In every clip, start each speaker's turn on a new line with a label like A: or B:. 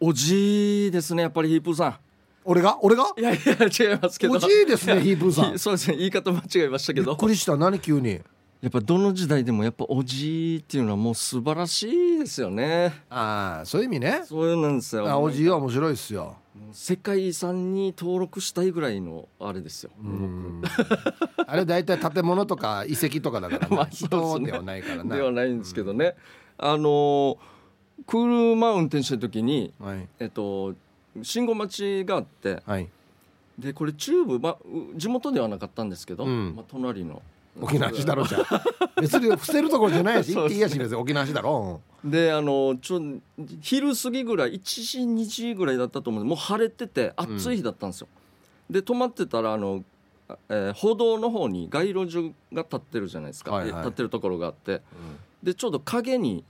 A: おじいですねやっぱりヒープーさ
B: 俺が俺が
A: んいやいや違いますけど
B: おじいですね
A: や
B: ヒープーさん
A: い そうですね言い方間違えましたけ
B: びっ
A: ど
B: くりした何急に
A: やっぱどの時代でもやっぱおじいっていうのはもう素晴らしいですよね
B: ああそういう意味ね
A: そういうなんですよ
B: あおじいは面白いっすよ
A: 世界遺産に登録したいぐらいのあれですよ、
B: あれ大体建物とか 遺跡とかだからね、
A: まあそうです
B: 人
A: ね
B: ではないからな
A: ではないんですけどね、あの車運転してる時に
B: はい
A: えっと信号待ちがあって
B: はい
A: でこれ中部、まあ、う地元ではなかったんですけど、
B: うん
A: まあ、隣の
B: 沖縄市だろじゃ ん別に伏せるところじゃないし
A: そうですね
B: 言っていいやし別に沖縄市だろ
A: であのちょ昼過ぎぐらい1時2時ぐらいだったと思うんでもう晴れてて暑い日だったんですよ、で止まってたらあの、えー歩道の方に街路樹が立ってるじゃないですか、
B: はいはい
A: 立ってるところがあって
B: うん
A: でちょうど陰に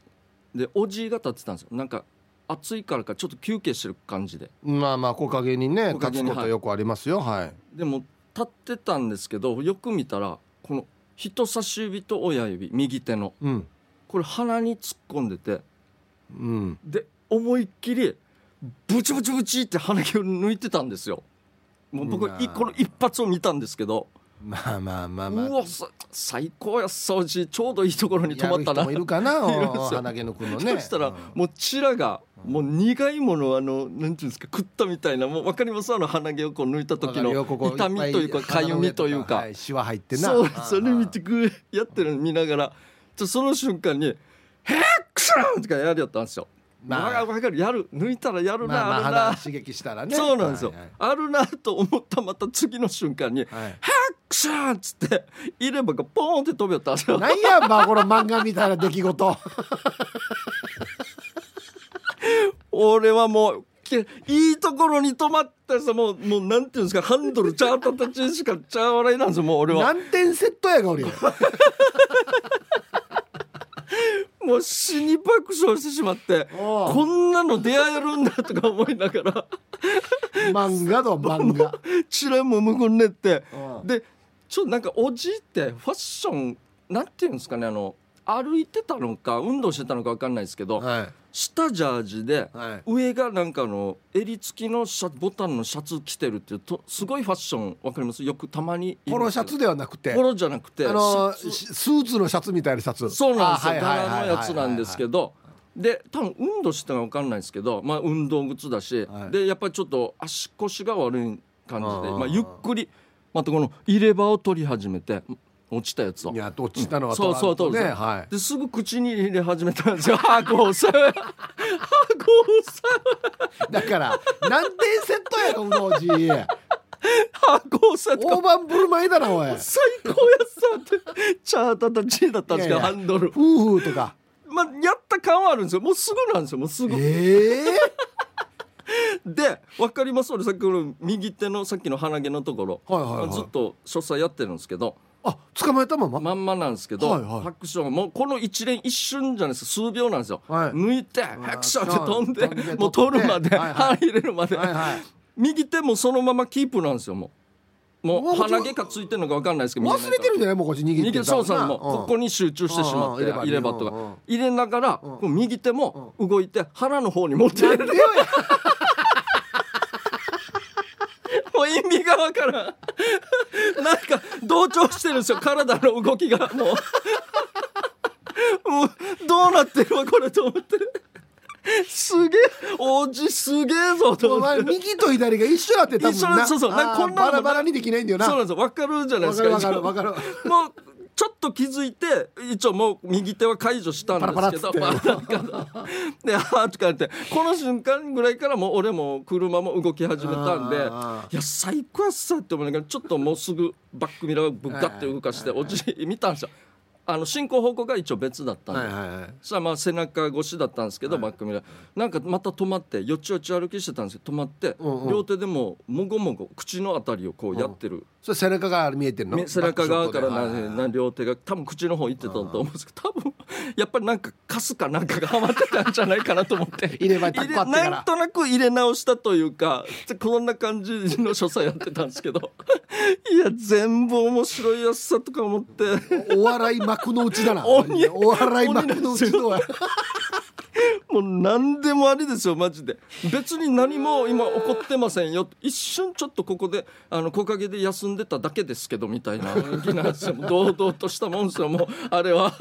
A: でおじいが立ってたんですよなんか暑いからかちょっと休憩してる感じで
B: まあまあ木陰にね
A: 木陰
B: 立つ
A: に
B: ことよくありますよはい
A: でも立ってたんですけどよく見たらこの人差し指と親指右手の
B: うん
A: これ鼻に突っ込んでて
B: うん
A: で思いっきりブチブチブチって鼻毛を抜いてたんですよもう僕
B: うわー
A: いこの一発を見たんですけど、
B: まあまあまあまあ
A: うわさ最高や掃除ちょうどいいところに止まった
B: やる人
A: な
B: もいるかな
A: いますよ
B: お鼻毛のくんのね
A: そしたら
B: うん
A: もうチラがもう苦いものをあのなんていうんですか食ったみたいなもうわかりますあの鼻毛をこう抜いた時の
B: わかるよここ
A: 痛みというか
B: っぱ
A: 痒みというか
B: はいシワ入ってな
A: そう
B: ああ
A: それ見てグーやってるの見ながらちょその瞬間に「へっくしゃん!」とかやるやったんですよ。
B: まあ
A: わかるわかるやる抜いたらやるな、
B: まあまあ
A: あるな
B: 鼻刺激したらね
A: そうなんですよ、
B: はいはい
A: あるなと思ったまた次の瞬間に「
B: はい
A: クシャーン!」っつって入れ歯がポーンって飛びよったんですよ
B: なんやまあこの漫画みたいな出来事
A: 俺はもうけいいところに止まってさもうもうなんていうんですかハンドルチャータタチしかチャー笑いなんですよもう俺は
B: 何点セットや が俺
A: もう死に爆笑してしまって
B: おう
A: こんなの出会えるんだとか思いながら
B: 漫画だ漫画
A: チラもむくんねって
B: うん
A: でちょっとなんかおじいってファッションなんていうんですかねあの歩いてたのか運動してたのか分かんないですけど、
B: は
A: 下ジャージで、
B: いはい
A: 上がなんかあの襟付きのシャツボタンのシャツ着てるっていうとすごいファッションわかりますよくたまに
B: ポロシャツではなくて
A: ポロじゃなくて
B: あの
A: シャツ
B: しスーツのシャツみたいなシャツ
A: そうなんですよ
B: あはいはいはい
A: 柄のやつなんですけどで多分運動してたのか分かんないですけど、まあ、運動靴だし、
B: はい
A: でやっぱりちょっと足腰が悪い感じ
B: うんうん
A: で、
B: うん
A: まあ、ゆっくりまたこの入れ歯を取り始めて落ちたやつを
B: い。やどっちなのは
A: そうそう
B: と
A: そう
B: ね
A: そう
B: はい
A: ですぐ口に入れ始めたんですよ。あーこ うさ、あーこうさ。
B: だから何点セットやこのおじい
A: 箱をさ
B: 大盤振る舞いだなおい
A: 最高やっさってチャータタチーだったんですけど
B: いやい
A: ハ
B: や
A: ンドル
B: 夫婦とか
A: まあやった感はあるんですよもうすぐなんですよもうすぐ
B: ええ
A: で分かります俺さっきの右手のさっきの鼻毛のところ、
B: はいはいはい
A: ずっと書斎やってるんですけど
B: あ捕まえ たまま
A: まんまなんですけど、
B: はいはい
A: ハクションもうこの一連一瞬じゃないですか数秒なんですよ、
B: はい
A: 抜いてハクションって飛んで
B: 飛んで
A: もう取るまで、
B: はいはい
A: 歯入れるまで、
B: はいはい
A: 右手もそのままキープなんですよもう
B: う
A: も
B: わ
A: う鼻毛かついてるのか分かんないですけど見えない
B: 忘
A: から
B: れてるんじゃないもうこっち握って
A: 逃げそうそうもうここ
B: に
A: に集中してしまって
B: うんうん入
A: 入
B: れ
A: れ
B: 歯
A: 歯
B: ね
A: と
B: うんうん
A: か入れながらこう右手も動いて腹の方に持って
B: な
A: る
B: んでよや
A: もう意味がわからん なんか同調してるんですよ体の動きがもう もうどうなってるわこれと思ってすげえおじすげえぞと
B: お
A: 思っ
B: 前
A: て
B: 右と左が一緒だって多分
A: 一緒
B: な
A: そうそうなんか
B: あー
A: こんなの
B: バラバラにできないんだよな
A: そうなん
B: わ
A: ですよわかるじゃないです
B: か
A: か
B: るわかるわかる
A: もうちょっと気づいて一応もう右手は解除したんですけど
B: パラ
A: パラ パラで「あー」とか言ってこの瞬間ぐらいからもう俺も車も動き始めたんで
B: あ
A: いや最高やっさって思いながらちょっともうすぐバックミラーをぶっかって動かしておじい見たんですよあの進行方向が一応別だったんで、
B: はいはいはい
A: そしたらまあ背中越しだったんですけど、バックミラーなんかまた止まってよちよち歩きしてたんですけど止まって、
B: うんうん
A: 両手でもうもごもご口のあたりをこうやってる、
B: それ背中が見えてるの
A: 背中側からな
B: バックショットではいはい
A: な両手が多分口の方行ってたと思うんですけど多分やっぱりなんかカスかなんかがはまってたんじゃないかなと思って
B: 入れ歯にタックあってから
A: 入れなんとなく入れ直したというかこんな感じの所作やってたんですけど いや全部面白いやつさとか思って
B: お笑い幕の内だな。
A: 鬼
B: お笑い幕の内だわ。
A: もう何でもありですよマジで別に何も今怒ってませんよ一瞬ちょっとここであの木陰で休んでただけですけどみたいな雰囲気なんですよもう堂々としたもんですよもうあれは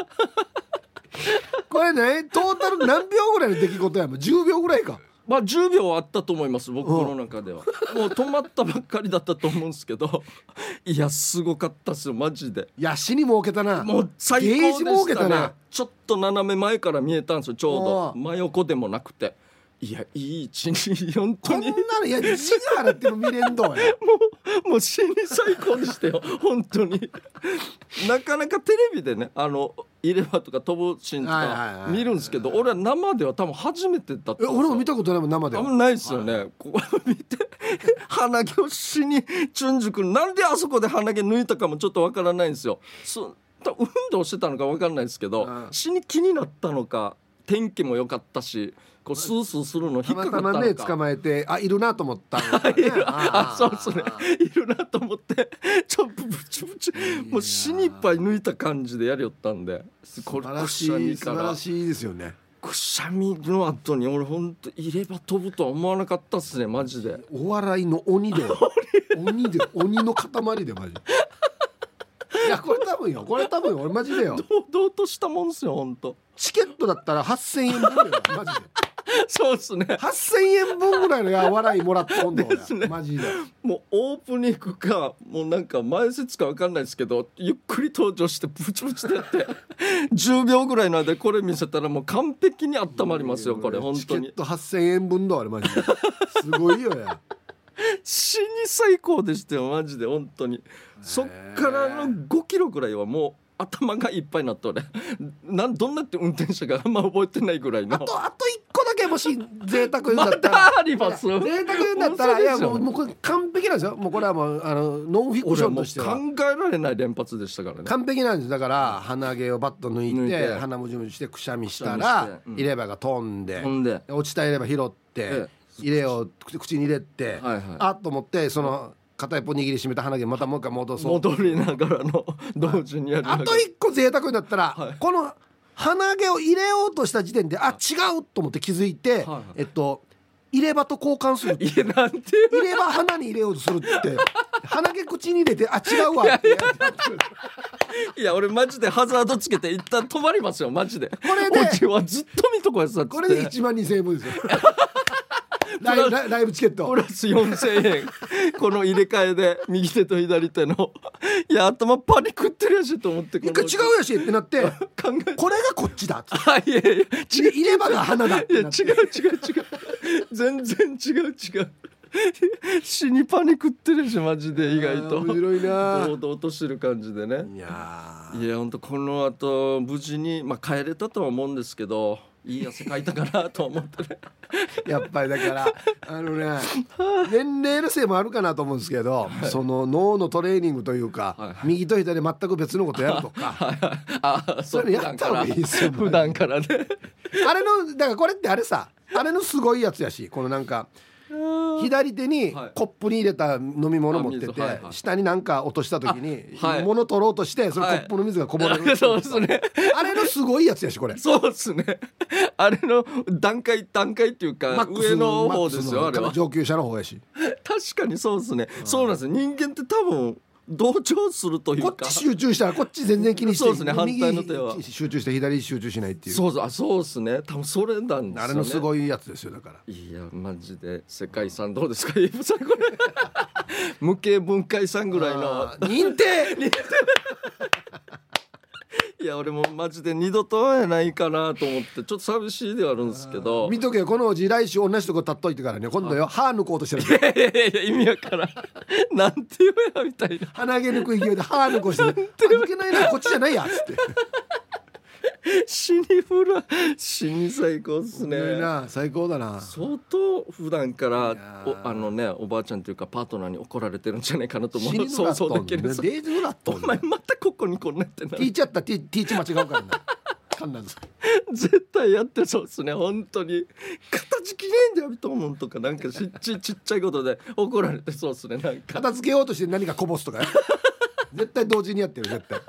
B: これねトータル何秒ぐらいの出来事やもん10秒ぐらいか
A: まあ10秒はあったと思います僕の中ではもう止まったばっかりだったと思うんですけど いやすごかったですよマジで
B: いや死に儲けたな
A: もう最
B: ゲー
A: 高
B: ジ
A: で
B: 儲
A: し
B: け
A: た
B: た
A: ね
B: な
A: ちょっと斜め前から見えたんですよちょう
B: あ
A: ど
B: あ
A: 真横でもなくていやいい位置に本
B: こ
A: 当
B: ん
A: に
B: なのいや死に払っても見れんどう や
A: もう死に最高でしたよ本当になかなかテレビでねあの入れ歯とか飛ぶシーンと
B: はいはいは
A: か
B: い
A: 見るんですけど俺は生では多分初めてだったんで
B: え
A: すよ
B: 俺も見たことないもん生で
A: あ
B: は
A: んまないですよね、ここ見て鼻毛をしにチュンジ君なんであそこで鼻毛抜いたかもちょっとわからないんですよそう多分運動してたのかわかんないですけど、
B: うん
A: 死に気になったのか天気も良かったしこうスースーするの引
B: た
A: っかかっ
B: ま
A: た
B: た
A: のか
B: まね捕まえてあいるなと思ったのかね
A: いるあそうですね
B: あ
A: いるなと思ってちょっとプチプチもう死にいっぱい抜いた感じでやりよったんでこれ
B: 素晴ら
A: く
B: し
A: しゃ
B: い
A: み
B: 素
A: か
B: 晴
A: ら
B: らしいですよね
A: くしゃみの後に俺ほんと入れ歯飛ぶとは思わなかったっすねマジで
B: お笑いの鬼で鬼で鬼の塊でマジいやこれ多分よこれ多分よ俺マジでよ
A: 堂々としたもんっすよほんと
B: チケットだったら8000円分だよマジで
A: そうっすね
B: 8000円分ぐらいのいや笑いもらった今度
A: ですね
B: 俺マジで
A: もうオープニングかもうなんか前説か分かんないですけどゆっくり登場してブチブチでやって10秒ぐらいの間これ見せたらもう完璧に温まりますよこれ本
B: チケ
A: 当
B: ッ
A: に
B: ト8000円分だ俺マジですごいよや
A: 死に最高でしたよマジで本当にそっからの5キロぐらいはもう頭がいっぱいになって俺なんどんなって運転手があんま覚えてないぐらいの
B: あとあと一個だけもし贅沢言うんだったら、
A: またあります
B: いや 贅沢言うんだったらい
A: 嘘でし
B: や
A: ょ
B: もうもうこれ完璧なんですよもうこれはもうあのノンフィクシ
A: 俺
B: ョ
A: は
B: ン
A: も
B: と
A: う
B: しては
A: 考えられない連発でしたからね
B: 完璧なんですだから鼻毛をバッと抜いて
A: 抜いて
B: 鼻もじむじしてくしゃみした
A: くしゃみし
B: ら
A: てうん
B: 入れ歯が飛んで
A: ほんで
B: 落ちた入れ歯拾って、
A: え
B: 入れを口口に入れて、
A: はいはい
B: あっと思ってその片一方握りしめた鼻毛またもう一回戻そう
A: 戻りながらの同時にやりな
B: あ
A: がら
B: と一個贅沢になったら、
A: はい
B: この鼻毛を入れようとした時点であ違うと思って気づいて、
A: はい
B: えっと入れ歯と交換するって
A: いやなんていう
B: 入れ歯鼻に入れようとする って鼻毛口に入れてあ違うわって
A: いや俺マジでハザードつけて一旦止まりますよマジでこ
B: れで
A: オチはずっと見とこやつだっつって
B: これで1万2000円分で すよライブライブライブチケット
A: プラス4000円この入れ替えで右手と左手のいや頭パニックってるやしと思ってこ
B: 一
A: の
B: 回違うやしってなって
A: 考え
B: これがこっちだっつって
A: あいやいや違
B: 入れ入れ歯が鼻だっ
A: うい
B: て
A: や違
B: な
A: う
B: って
A: 違う違う全然違う違う死にパニックってるやしマジで意外と
B: あー面白いな
A: 堂々としてる感じでね
B: いや
A: いや本当この後無事に、まあ、帰れたとは思うんですけどいい汗かいたかなとは思ってね
B: ー やっぱりだからあのね年齢のせいもあるかなと思うんですけど、その脳のトレーニングというか、
A: はいはい
B: 右と左で全く別のことやると か
A: ああそう
B: それやった方がいいですよ
A: 普段からね
B: あれのだからこれってあれさあれのすごいやつやしこのなんか左手に
A: はい
B: コップに入れた飲み物持っ
A: あ
B: てて
A: 水はいはい
B: 下になんか落とした時に
A: あはい
B: 物取ろうとしてそのコ
A: はい
B: ップの水がこぼれる
A: そうですね
B: あれのすごいやつやしこれ
A: そうですねあれの段階段階っていう
B: マ
A: か
B: ックス
A: 上の
B: マッ
A: 方
B: クス
A: ですよあれは
B: 上級者の方やし
A: 確かにそうですねそうなんですよ人間って多分同調するという
B: こっ
A: か
B: ち集中したらこっち全然気にして
A: そうですね
B: 右
A: 反対の手は
B: 集中して左集中しないっていう
A: そうそうあそうですね多分それなんですよ、ね、
B: あれのすごいやつですよだから
A: いやマジで世界遺産どうですかイブさんこれ 無形文化遺産ぐらいの
B: あー認定
A: いや俺もマジで二度と会えないかなと思ってちょっと寂しいではあるんですけど
B: 見とけよこのおじ来週同じとこ立っといてからね今度よ歯抜こうとしてる
A: いやいやいや意味わからんなん て言うやみたいな
B: 鼻毛抜く勢いで歯抜こ うしてるあ抜けないなこっちじゃないやっつって
A: 死にふら死に最高っすね
B: いいな最高だな
A: 相当普段か
B: いや
A: ら
B: ー
A: おあのねおばあちゃんというかパートナーに怒られてるんじゃないかなと思
B: 死に
A: う
B: そうだ
A: 想
B: った
A: 像
B: んだ
A: できる
B: デイズだった
A: お
B: んだ
A: 前またここにこんなってな
B: ティーチャったティーティーチ間違うからなカンナです
A: 絶対やってそうですね本当に形きれいんだよと思うとかなんかちっちちっちゃいことで怒られてそうですねなんか
B: 片付けようとして何かこぼすとか絶対同時にやってる絶対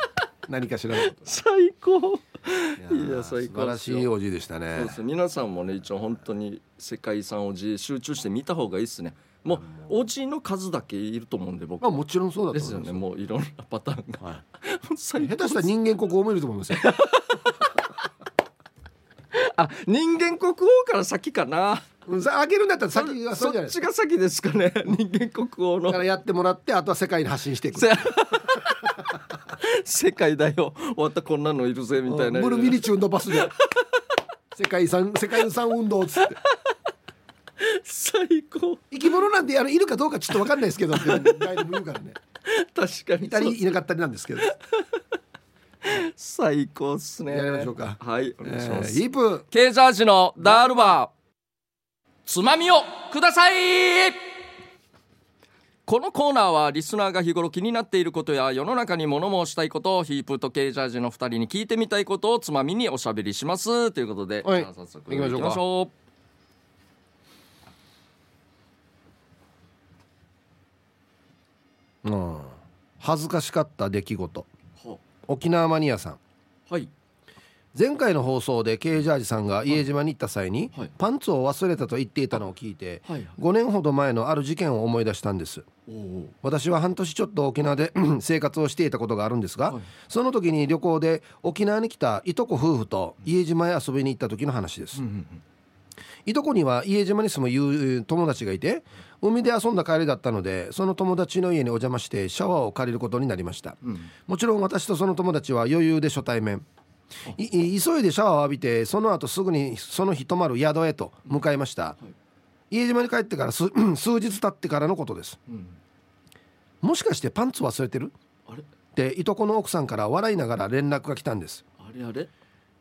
B: 何かしらのこと
A: 最高
B: ー
A: いや最
B: 素
A: 高
B: 晴
A: で
B: ら
A: す
B: し
A: よ
B: いおじいでした
A: そう
B: ね
A: です皆さんもね一応本当に世界遺産おじ集中して見た方がいいですねもうおじの数だけいると思うんで僕
B: まあもちろんそうだ
A: で
B: と
A: す
B: 思
A: よ
B: います
A: ねもういろんなパターンが
B: は
A: 最
B: い、
A: 高
B: 下手したら人間国宝もいると思いますよ
A: あ人間国宝から先かな
B: うんさあげるんだったら先がそ
A: そう
B: じゃな
A: っ
B: いです
A: ち
B: か
A: が先ですかね人間国宝
B: だ
A: の
B: からやってもらってあとは世界に発信していく
A: せ世界だよ終わったこんなのいるぜみたいな
B: ムルミリチュンのバス で世界遺産世界遺産運動っつって
A: 最高
B: 生き物なんてあのいるかどうかちょっとわかんないですけどってガイドも言うからね
A: 確かに
B: いたりいなかったりなんですけど、
A: 最高っすね
B: やりましょうか
A: はいお
B: え
A: 願いします、
B: ーイープ
A: ケージャージのダールバーつまみをくださいこのコーナーはリスナーが日頃気になっていることや世の中に物申したいことをヒープとケージャージの2人に聞いてみたいことをつまみにおしゃべりしますということで、
B: はい
A: じゃあ早速
B: 行きましょうか
A: 行きょ
B: うん恥ずかしかった出来事
A: うは
B: 沖縄マニアさん
A: はい
B: 前回の放送で K ジャージさんが家島に行った際に、
A: はい
B: パンツを忘れたと言っていたのを聞いて、
A: はいはい
B: 5年ほど前のある事件を思い出したんです
A: おお
B: 私は半年ちょっと沖縄でうん生活をしていたことがあるんですが、
A: はい
B: その時に旅行で沖縄に来たいとこ夫婦と家島へ遊びに行った時の話です、いとこには家島に住む友友達がいて海で遊んだ帰りだったのでその友達の家にお邪魔してシャワーを借りることになりました、もちろん私とその友達は余裕で初対面いい急いでシャワーを浴びてその後すぐにその日泊まる宿へと向かいました、家島に帰ってから数数日経ってからのことですもしかしてパンツ忘れてる
A: あれ
B: っていとこの奥さんから笑いながら連絡が来たんです
A: あれあれ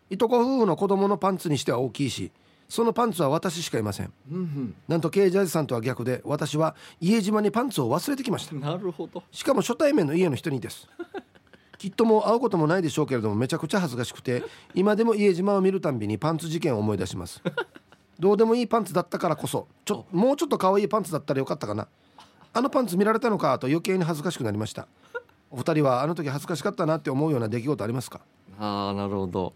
B: いとこ夫婦の子供のパンツにしては大きいしそのパンツは私しかいません
A: うん
B: なんとケイジャージさんとは逆で私は家島にパンツを忘れてきました
A: うんなるほど
B: しかも初対面の家の人にです きっともう会うこともないでしょうけれどもめちゃくちゃ恥ずかしくて今でも家島を見るたんびにパンツ事件を思い出しますどうでもいいパンツだったからこそちょもうちょっと可愛いパンツだったらよかったかなあのパンツ見られたのかと余計に恥ずかしくなりましたお二人はあの時恥ずかしかったなって思うような出来事ありますか
A: ああなるほど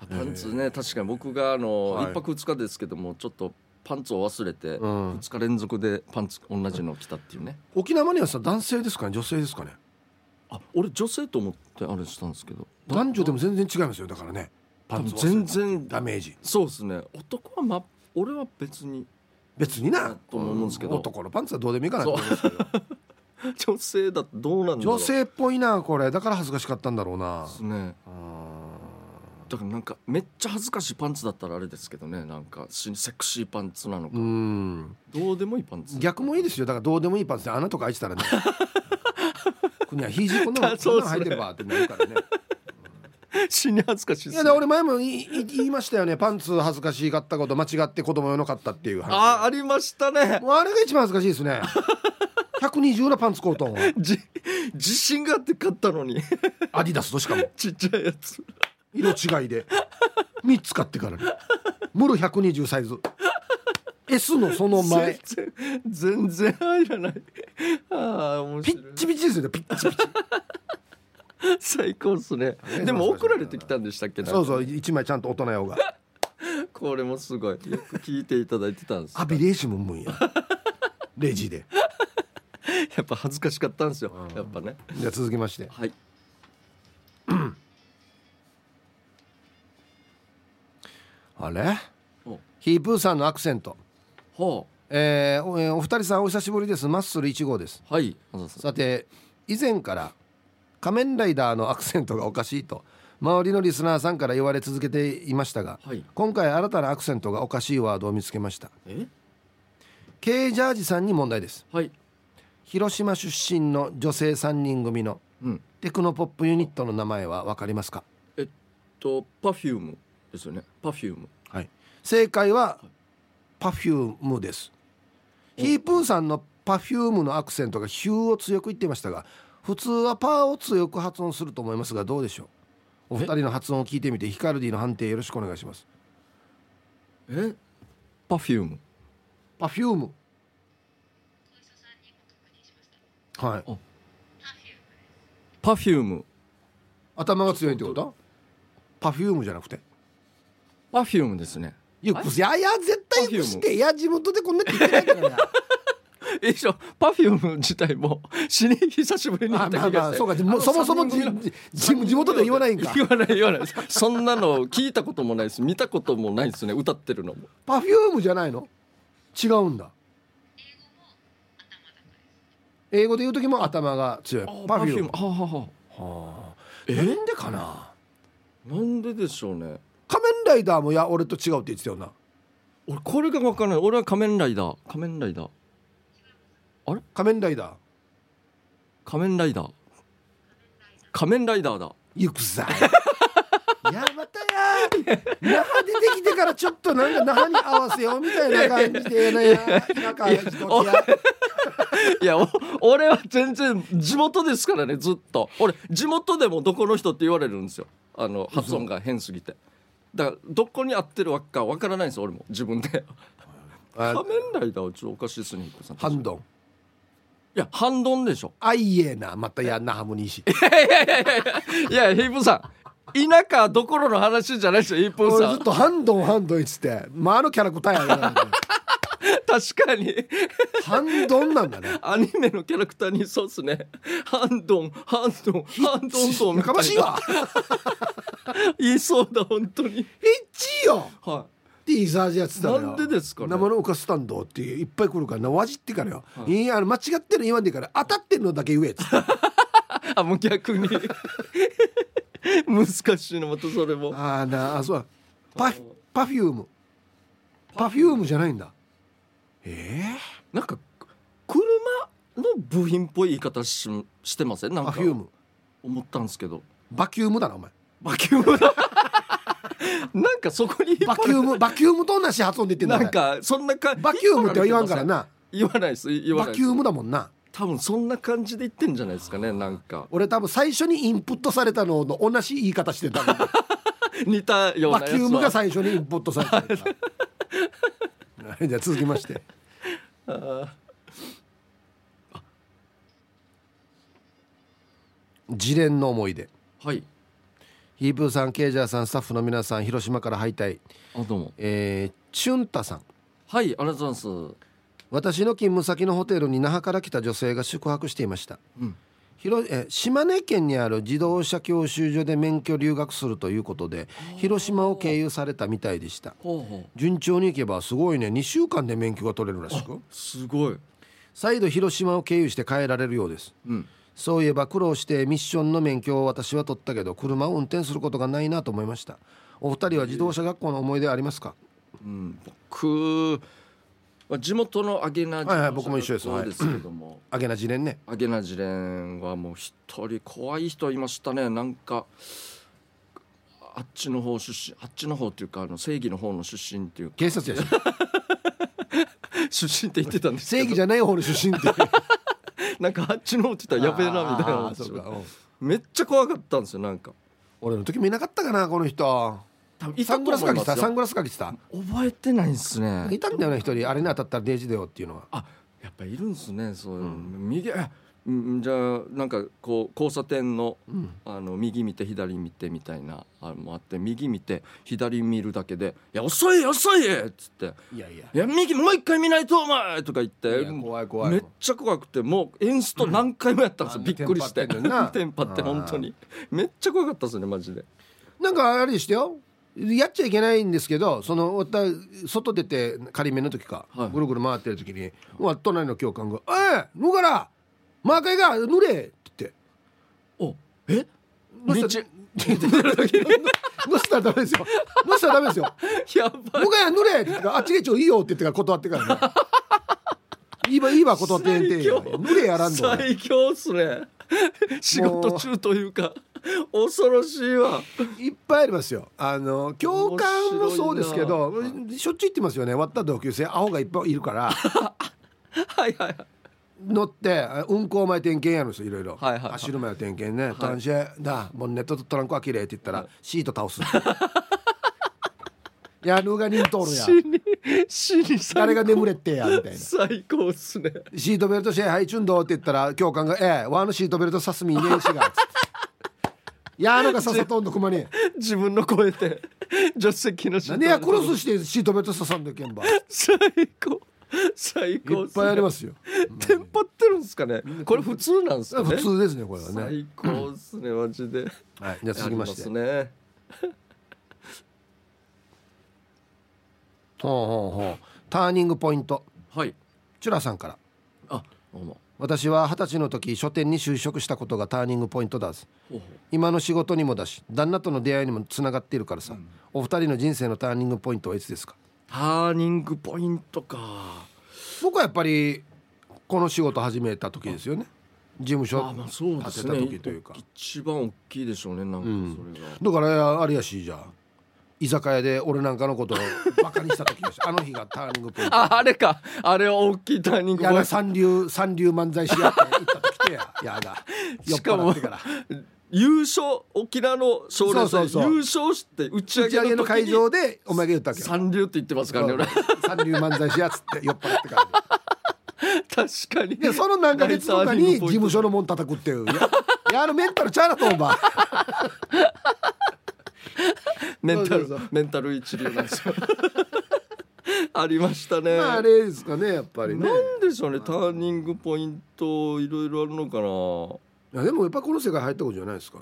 A: あパンツね確かに僕があの、
B: はい
A: 一泊二日ですけどもちょっとパンツを忘れて、二
B: ん
A: 日連続でパンツ同じの着たっていうね
B: 沖縄マニアさん男性ですかね女性ですかね
A: あ俺女性と思ってあれしたんですけど
B: 男女でも全然違いますよだからねパンツ忘れた
A: 全然
B: ダメージ
A: そうですね男はま俺は別に
B: 別にな
A: と思うんですけど
B: 男のパンツはどうでもいいかなと思いますけど
A: 女性だとどうなんだろう
B: 女性っぽいなこれだから恥ずかしかったんだろうな
A: ですねだからなんかめっちゃ恥ずかしいパンツだったらあれですけどねなんかしセクシーパンツなのか
B: うん
A: どうでもいいパンツ
B: 逆もいいですよだからどうでもいいパンツで穴とか開いてたらねこには肘こんなもんこんなの入ってればってなるからね
A: 死に恥ずかしいっ
B: い
A: す
B: や
A: ね
B: だから俺前も言い言い言いましたよねパンツ恥ずかしかったこと間違って子供用なかったっていう話
A: あありましたね
B: もうあれが一番恥ずかしいですね120のパンツコートンは
A: じ自信があって買ったのに
B: アディダスとしかも
A: ちっちゃいやつ
B: 色違いで3つ買ってからねムル120サイズ S のその前
A: 全然全然入らない ああ面
B: ピ
A: 白い
B: ッチピチですよねピッチピチ
A: 最高っすね
B: ね
A: でも送られてきたんでしたっけ
B: そう
A: う
B: そう一枚ちゃんと大人用が
A: これもすごいよく聞いていただいてたんです
B: アビレーシムンム ンやレジで
A: やっぱ恥ずかしかったんですよやっぱね
B: じゃあ続きまして
A: はい
B: あれ
A: お
B: ヒープーさんのアクセント
A: は
B: えーおえーお二人さんお久しぶりですマッスル1号です
A: あはいあざさん
B: さて以前から仮面ライダーのアクセントがおかしいと周りのリスナーさんから言われ続けていましたが、
A: はい
B: 今回新たなアクセントがおかしいワードを見つけました
A: え
B: K ジャージさんに問題です
A: はい
B: 広島出身の女性3人組の
A: うん
B: テクノポップユニットの名前は分かりますか
A: えっとパフュームですよねパフューム
B: はい、正解はパフュームです。ヒープーさんのパフュームのアクセントがヒューを強く言っていましたが、普通はパーを強く発音すると思いますがどうでしょう。お二人の発音を聞いてみてヒカルディの判定よろしくお願いします。
A: えパフューム
B: パフューム。はい。
A: パフューム
B: 頭が強いってこと？パフュームじゃなくて
A: パフュームですね
B: いや
A: あれ
B: いやいや絶対くして
A: Perfume
B: いや地元でこんなって言ってない からな
A: え一緒パフューム自体も死に久しぶりに行
B: あ
A: った
B: まあ
A: 気
B: ま
A: が
B: あ
A: して
B: そうかもうそもそもじ
A: あの
B: じ地地元では言わないんか
A: 言わない言わないですそんなの聞いたこともないです見たこともないですね歌ってるのも
B: パフュームじゃないの違うんだ英語で言う時も頭が強いパフューム
A: はあは
B: はあ
A: え
B: なんでかな
A: あなんででしょうね
B: 仮面ライダーもいや俺と違うって言ってたよな
A: 俺これが分からない俺は仮面ライダー仮面ライダー
B: 仮面ライダー
A: 仮面ライダー仮面ライダーだ
B: 行く さいやまたや那覇出てきてからちょっとなんか那覇に合わせようみたいな感じでねなんか一つや
A: いやお俺は全然地元ですからねずっと俺地元でもどこの人って言われるんですよあの発音が変すぎてだからどこに合ってるわけか分からないんです俺も自分で仮
B: あ
A: 面ライダーはちょっとおかしいですねヒップさん
B: ハンドン
A: いやハンドンでしょ
B: あいえなまたや那覇もにいいし
A: いやヒップさん田舎どころの話じゃないですよヒップ
B: 俺
A: さ
B: ずっ
A: ん
B: とハンドンハンドン言っててまああのキャラ答えやな
A: 確かに
B: ハンドンなんだね
A: アニメのキャラクターにそうっすねハンドンハンドンハンドンドンみたい
B: やか
A: な
B: ましいわ
A: 言いそうだ本当に
B: 一よ
A: は
B: ってイザージやってたのよ
A: なんでですかね
B: 生のおかスタンドっていういっぱい来るからなわじってからよ、
A: はい
B: い、やあの間違ってるの言わんでいいから当たってるのだけ言えっつって
A: い あもう逆に難しいのまたそれも
B: ああなあそうだパフパフュームパフュームじゃないんだえ
A: なんか車の部品っぽい言い方ししてませんな
B: え
A: ん
B: パ
A: か
B: フューム
A: 思ったんですけど
B: バキュームだなお前
A: バキュームだ なんかそこに
B: バキュームバキュームと同じ発音で言ってんだ
A: なんかそんなか
B: 俺バキュームっては言わんからな
A: 言わないです言わな
B: バ
A: いで
B: キ
A: す
B: ュームだもんな
A: 多分そんな感じで言ってんじゃないですかねなん か
B: 俺多分最初にインプットされたのと同じ言い方してたもん
A: 似たようなや
B: バ
A: つは
B: キュームが最初にインプットされたから はいじゃあ続きまして自連の思い出
A: はい
B: ヒープーさんケイジャーさんスタッフの皆さん広島から敗退、
A: あどうも
B: えー、チュンタさん
A: はいありがとうございますう
B: 私の勤務先のホテルに那覇から来た女性が宿泊していました
A: ん
B: 広えー島根県にある自動車教習所で免許留学するということで広島を経由されたみたいでした
A: ほうほ
B: 順調にいけばすごいね2週間で免許が取れるらしく
A: うすごい
B: 再度広島を経由して帰られるようです
A: うん
B: そういえば苦労してミッションの免許を私は取ったけど車を運転することがないなと思いましたお二人は自動車学校の思い出ありますか
A: うん僕まあ地元のアゲナ
B: はいはい僕も一緒です
A: そうですけども、
B: あげなじれんね
A: アゲナジレンはもう一人怖い人いましたねなんかあっちの方出身あっちの方っていうかあの正義の方の出身っていう
B: 警察や し
A: 出身って言ってたんですけ
B: 正
A: ど
B: 義じゃない方の出身って
A: なんかあっちの方って言ったらやべえなみたいな
B: あーそうかうん
A: めっちゃ怖かったんですよなんか
B: 俺の時見なかったかなこの人
A: 多分い
B: サ
A: たと
B: ングラス
A: 思
B: か
A: い
B: け
A: ま
B: て
A: す
B: たサン
A: よ
B: グラスかけてた
A: 覚えてないんですね
B: いたんだよね一人あれに当たったらデージだよっていうのは
A: あやっぱいるんですねそういうの、右あうんじゃあなんかこう交差点の,、あの右見て左見てみたいなあのもあって右見て左見るだけで「いや遅い遅い!」っつって
B: いやいや
A: いや右もう一回見ないとお前とか言って
B: いや怖い怖い
A: めっちゃ怖くてもうエンスト何回もやったんですよ、
B: うん
A: びっくりして
B: テンパってんのにな
A: テンパって本当にめっちゃ怖かったですねマジで
B: なんかあれでしたよやっちゃいけないんですけどそのわた外出て仮面の時か、
A: はい
B: ぐるぐる回ってる時にわ隣の教官が「おい脱がらマーカーが濡れ!」って言って
A: おえ
B: 「
A: 道
B: どうした?」どうしたら ダメですよどうしたらダメですよ
A: や
B: 「
A: ばい
B: 僕や濡れ!」って言ってから「あっちが一応いいよ」って言ってから断ってからね「いいわいいわ断ってんてんや
A: 最強
B: 濡れやらんの
A: 最強っす ね仕事中というか恐ろしいわ
B: いっぱいありますよあの教官もそうですけど
A: 面白
B: しょっちゅう言ってますよね割った同級生アホがいっぱいいるから
A: はいはいはい
B: 乗ってあ運行前点検やるんですよいろいろ、
A: はいはいはい
B: 走る前の点検ね「単車だボンネットとトランクは綺麗って言ったら、シート倒す やるがにとるや
A: 死に死に最高
B: 誰が眠れってやみたいな
A: 最高っすね
B: シート ベルトして「はいチュンドー」って言ったら教官が「ええわあのシートベルトさすみねえしが」いやーなんか刺さったんだ熊に
A: 自分の声で助手席のシート
B: 何やクロスしてシートベルト刺さんだけんばいっ
A: 最高最高っすね
B: ぱいありますよ
A: テンパってるんですかねこれ普通なんですかね
B: 普通ですねこれはね
A: 最高っすねマジで
B: はいじゃあ続きまして
A: ありすね
B: ほうほうほうターニングポイント
A: はい
B: チュラさんから
A: あどうも
B: 私は二十歳の時書店に就職したことがターニングポイントだす
A: ほうほ
B: 今の仕事にもだし旦那との出会いにもつながっているからさ、お二人の人生のターニングポイントはいつですか
A: うターニングポイントか
B: 僕はやっぱりこの仕事始めた時ですよね事務所
A: あまあそうです
B: 立て
A: ね
B: た時というか
A: 一番大きいでしょうねなんかそれが、
B: だからあれやしじゃあ居酒屋で俺なんかのことをバカにした 時でしょあの日がターニングポイント
A: ああれかあれは大きいターニング
B: や
A: ポイ
B: な
A: ント
B: 三流三流漫才師やって行った時とややだ酔っ
A: しかも
B: 払ってから
A: 優勝沖縄の賞レースで
B: そうそうそう
A: 優勝して打ち
B: 打
A: 上
B: ち上
A: げ
B: げ
A: の
B: の
A: 時
B: 会
A: に
B: 場でお前が言ったわけよ
A: 三流って言ってますからね俺
B: 三流漫才師やっつって酔っ払ってから
A: 確かに
B: でその何ヶ月とかに事務所
A: の
B: の門叩くっていういやいやあのメンタルちゃうなと思 うば
A: メンタ
B: そうそう
A: ルメンタル一流なんですよ ありましたね、
B: まああれですかねやっぱりね
A: なんでしょうねターニングポイントいろいろあるのかない
B: やでもやっぱこの世界入ったことじゃないですか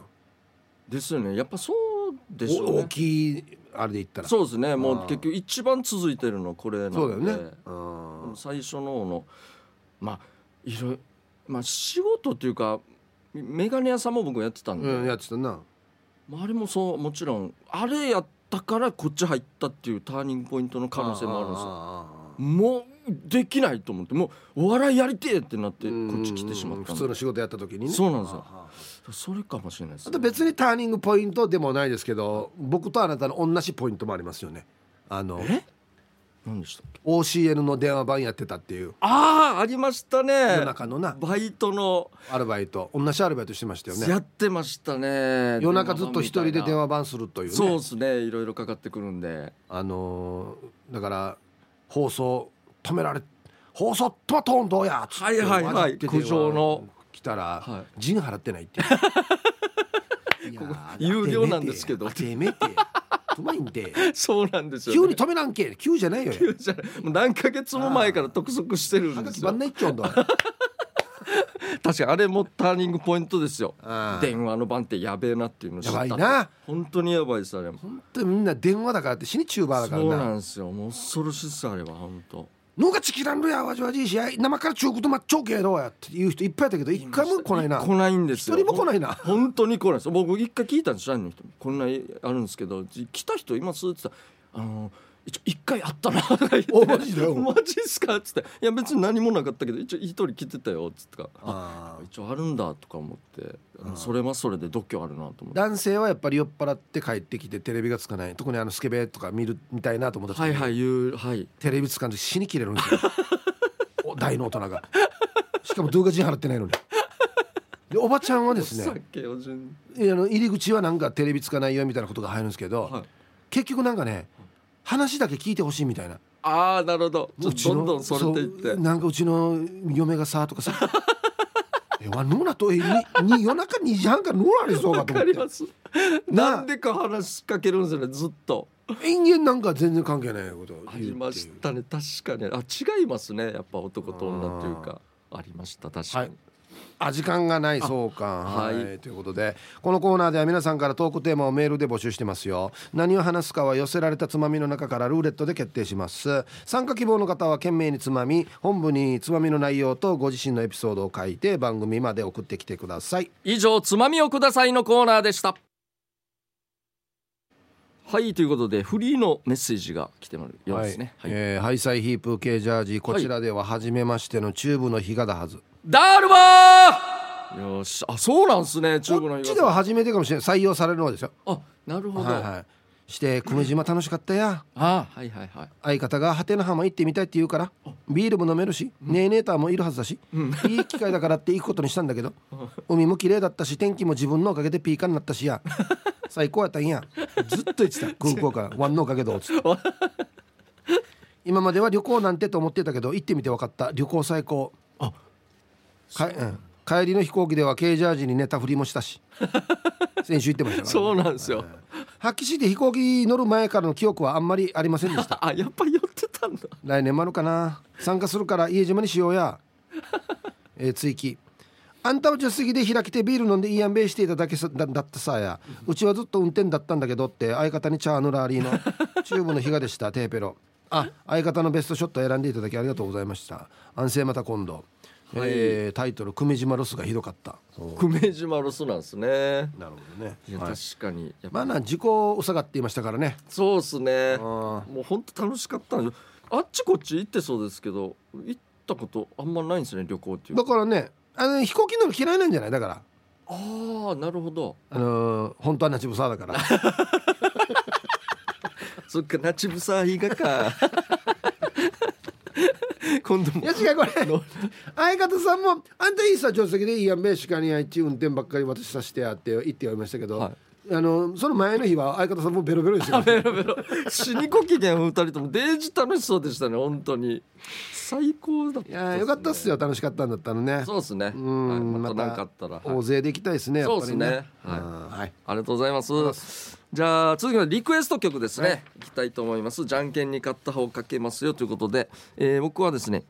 A: ですよねやっぱそうでしょ
B: お
A: うね
B: 大きいあれで言ったら
A: そうですね
B: あ
A: も
B: ー
A: う結局一番続いてるのはこれなんで
B: そうだよねうん
A: 最初の方のまあいろいろまあ仕事っていうかメガネ屋さんも僕やってたんで、
B: うんやってたな
A: まあ、あれもそうもちろんあれやったからこっち入ったっていうターニングポイントの可能性もあるんですよ
B: ん
A: もうできないと思ってもうお笑いやりてえってなってこ
B: ですよ
A: っち来てしまった
B: 普
A: ん
B: 通
A: で
B: の仕事やった時にね
A: そうなんですよ
B: あああ
A: それかもしれないです、
B: あ
A: ね、
B: と別にターニングポイントでもないですけど僕とあなたの同じポイントもありますよねあの
A: え何でしたっけ
B: OCL の電話番やってたっていう
A: ああありましたね
B: 夜中のな
A: バイトの
B: アルバイト同じアルバイトしてましたよね
A: やってましたね
B: 夜中ずっと一人で電
A: 話
B: 話番するというね
A: そうですねいろいろかかってくるん で
B: あのーだから放送止められ放送止まっとんどうやっつって
A: はいはいはい
B: わざって電話
A: 苦情の
B: 来たら、
A: は
B: 陣払ってないっていうい やー
A: 有料なんですけど
B: 当てめてうまいんで
A: そうなんですよ、ね、
B: 急に止めなんけ急じゃないよ
A: 急じゃないもう 何ヶ月も前から督促してる
B: は
A: ん
B: が
A: で
B: き
A: す
B: ば
A: よ
B: んないっちょ んど
A: 確かにあれもターニングポイントですよ
B: ああ
A: 電話の番ってやべえなっていうの知った
B: やばいな
A: 本当にやばいですあれも
B: 本当にみんな電話だからって死にチューバーだから
A: そう
B: な
A: なんですよもう恐ろしいっすあれは本当
B: 脳がチキランるやわじわじいしあい生から中国とまっちょうけどやっていう人いっぱいだけど一回も来ないな
A: 来ないんですよ
B: 一人も来ないな
A: ほん本当に来ないです僕一回聞いたんです社員の人にこんなあるんですけど来た人いますって言ったらあの一応一回あったなとか言って
B: おマジだよ
A: マジっすかっつっていや別に何もなかったけど一応一人来てたよっつってからあ
B: あー
A: 一応あるんだとか思ってそれはそれで度胸あるなと思って
B: 男性はやっぱり酔っ払って帰ってきてテレビがつかない特にあのスケベとか見るみたいなと思った時、
A: はいはい言うはい
B: テレビつかんで死に切れるんですよ お大の大人がしかも動画陣払ってないのにでおばちゃんはです
A: お
B: ね
A: 酒を順
B: いやあの入り口はなんかテレビつかないよみたいなことが入るんですけど、
A: はい
B: 結局なんかね話だけ聞いてほしいみたいな
A: ああなるほどちょ
B: うちの
A: どんどんそれていって
B: そうなんかうちの嫁がさとかさ えわのなとえにに夜中2時半からのなりそうか
A: わ
B: と思
A: か
B: っ
A: り
B: て
A: ます
B: な
A: なんでか話しかけるんですよねずっと
B: 人間なんか全然関係ないことを
A: あ
B: 言うってい
A: り
B: う
A: ましたね確かにあ違いますねやっぱ男と女というかありました確かに、
B: あ時間がないそうかは、
A: はいい
B: ということでこのコーナーでは皆さんからトークテーマをメールで募集してますよ何を話すかは寄せられたつまみの中からルーレットで決定します参加希望の方は懸命につまみ本部につまみの内容とご自身のエピソードを書いて番組まで送ってきてください
A: 以上つまみをくださいのコーナーでしたはいということでフリーのメッセージが来てもらうようですね、はい
B: えーハイサイヒープ系ジャージこちらでは初めましてのチューブの日がだはず、
A: ダールバーよしあそうなんすね中国
B: こ
A: の
B: っ
A: 日
B: ち
A: 傘
B: では初めてかもしれない採用されるのですよ
A: あなるほど、
B: はいはいして久米島楽しかったや
A: あはいはいはい
B: 相方がハテナ浜行ってみたいって言うからビールも飲めるしネーネーターもいるはずだし、いい機会だからって行くことにしたん だけど海も綺麗だったし天気も自分のおかげでピーカンになったしや最高やったんやずっと言 ってた空港から「ワンのおかげどう」つって今までは旅行なんてと思ってたけど行ってみて分かった旅行最高 か、うん、帰りの飛行機では軽ジャージに寝たふりもしたし先週言ってましたから、
A: そうなんですよ、
B: 発揮して飛行機乗る前からの記憶はあんまりありませんでした
A: あやっぱ寄ってたんだ
B: 来年もあるかな参加するから家島にしようや、 えー追記あんたは助手席で開きてビール飲んでいいやんべいしていただけさだだったさやうちはずっと運転だったんだけどって相方にチャーヌラー リーのチューブの日がでしたテーペロあ相方のベストショット選んでいただきありがとうございました安静また今度、えータイトル「久米島ロスがひどかった」
A: 久米島ロスなんですね
B: なるほどね
A: いや、
B: はい、
A: 確かにやっぱ
B: まあな事故を疑っていましたからね
A: そうですね
B: あ
A: もう本当楽しかったんですよあっちこっち行ってそうですけど行ったことあんまないんですね旅行っていう
B: だからねあの飛行機乗る嫌いなんじゃないだから
A: ああなるほど
B: あのー本当はナチブサーだから
A: そっかナチブサーガ か今度も
B: いや違うこれ相方さんも「あんたいいさ助手席でいいやんべ鹿にあいち運転ばっかり私さしてや」って言って言われましたけど、
A: は
B: あのその前の日は相方さんもベロベロですよ
A: ベロベロ死にご機嫌二人ともデージ楽しそうでしたね本当に最高だった
B: いやーよかったっすよ楽しかったんだったのね
A: そうですね、はい、
B: うん
A: また何かあったら、はい
B: 大勢で行きたいですねやっぱりね
A: そうっすねはい
B: うんはい
A: ありがとうございます。じゃあ続きのリクエスト曲ですね、い、きたいと思いますじゃんけんに勝った方をかけますよということで、えー僕はですね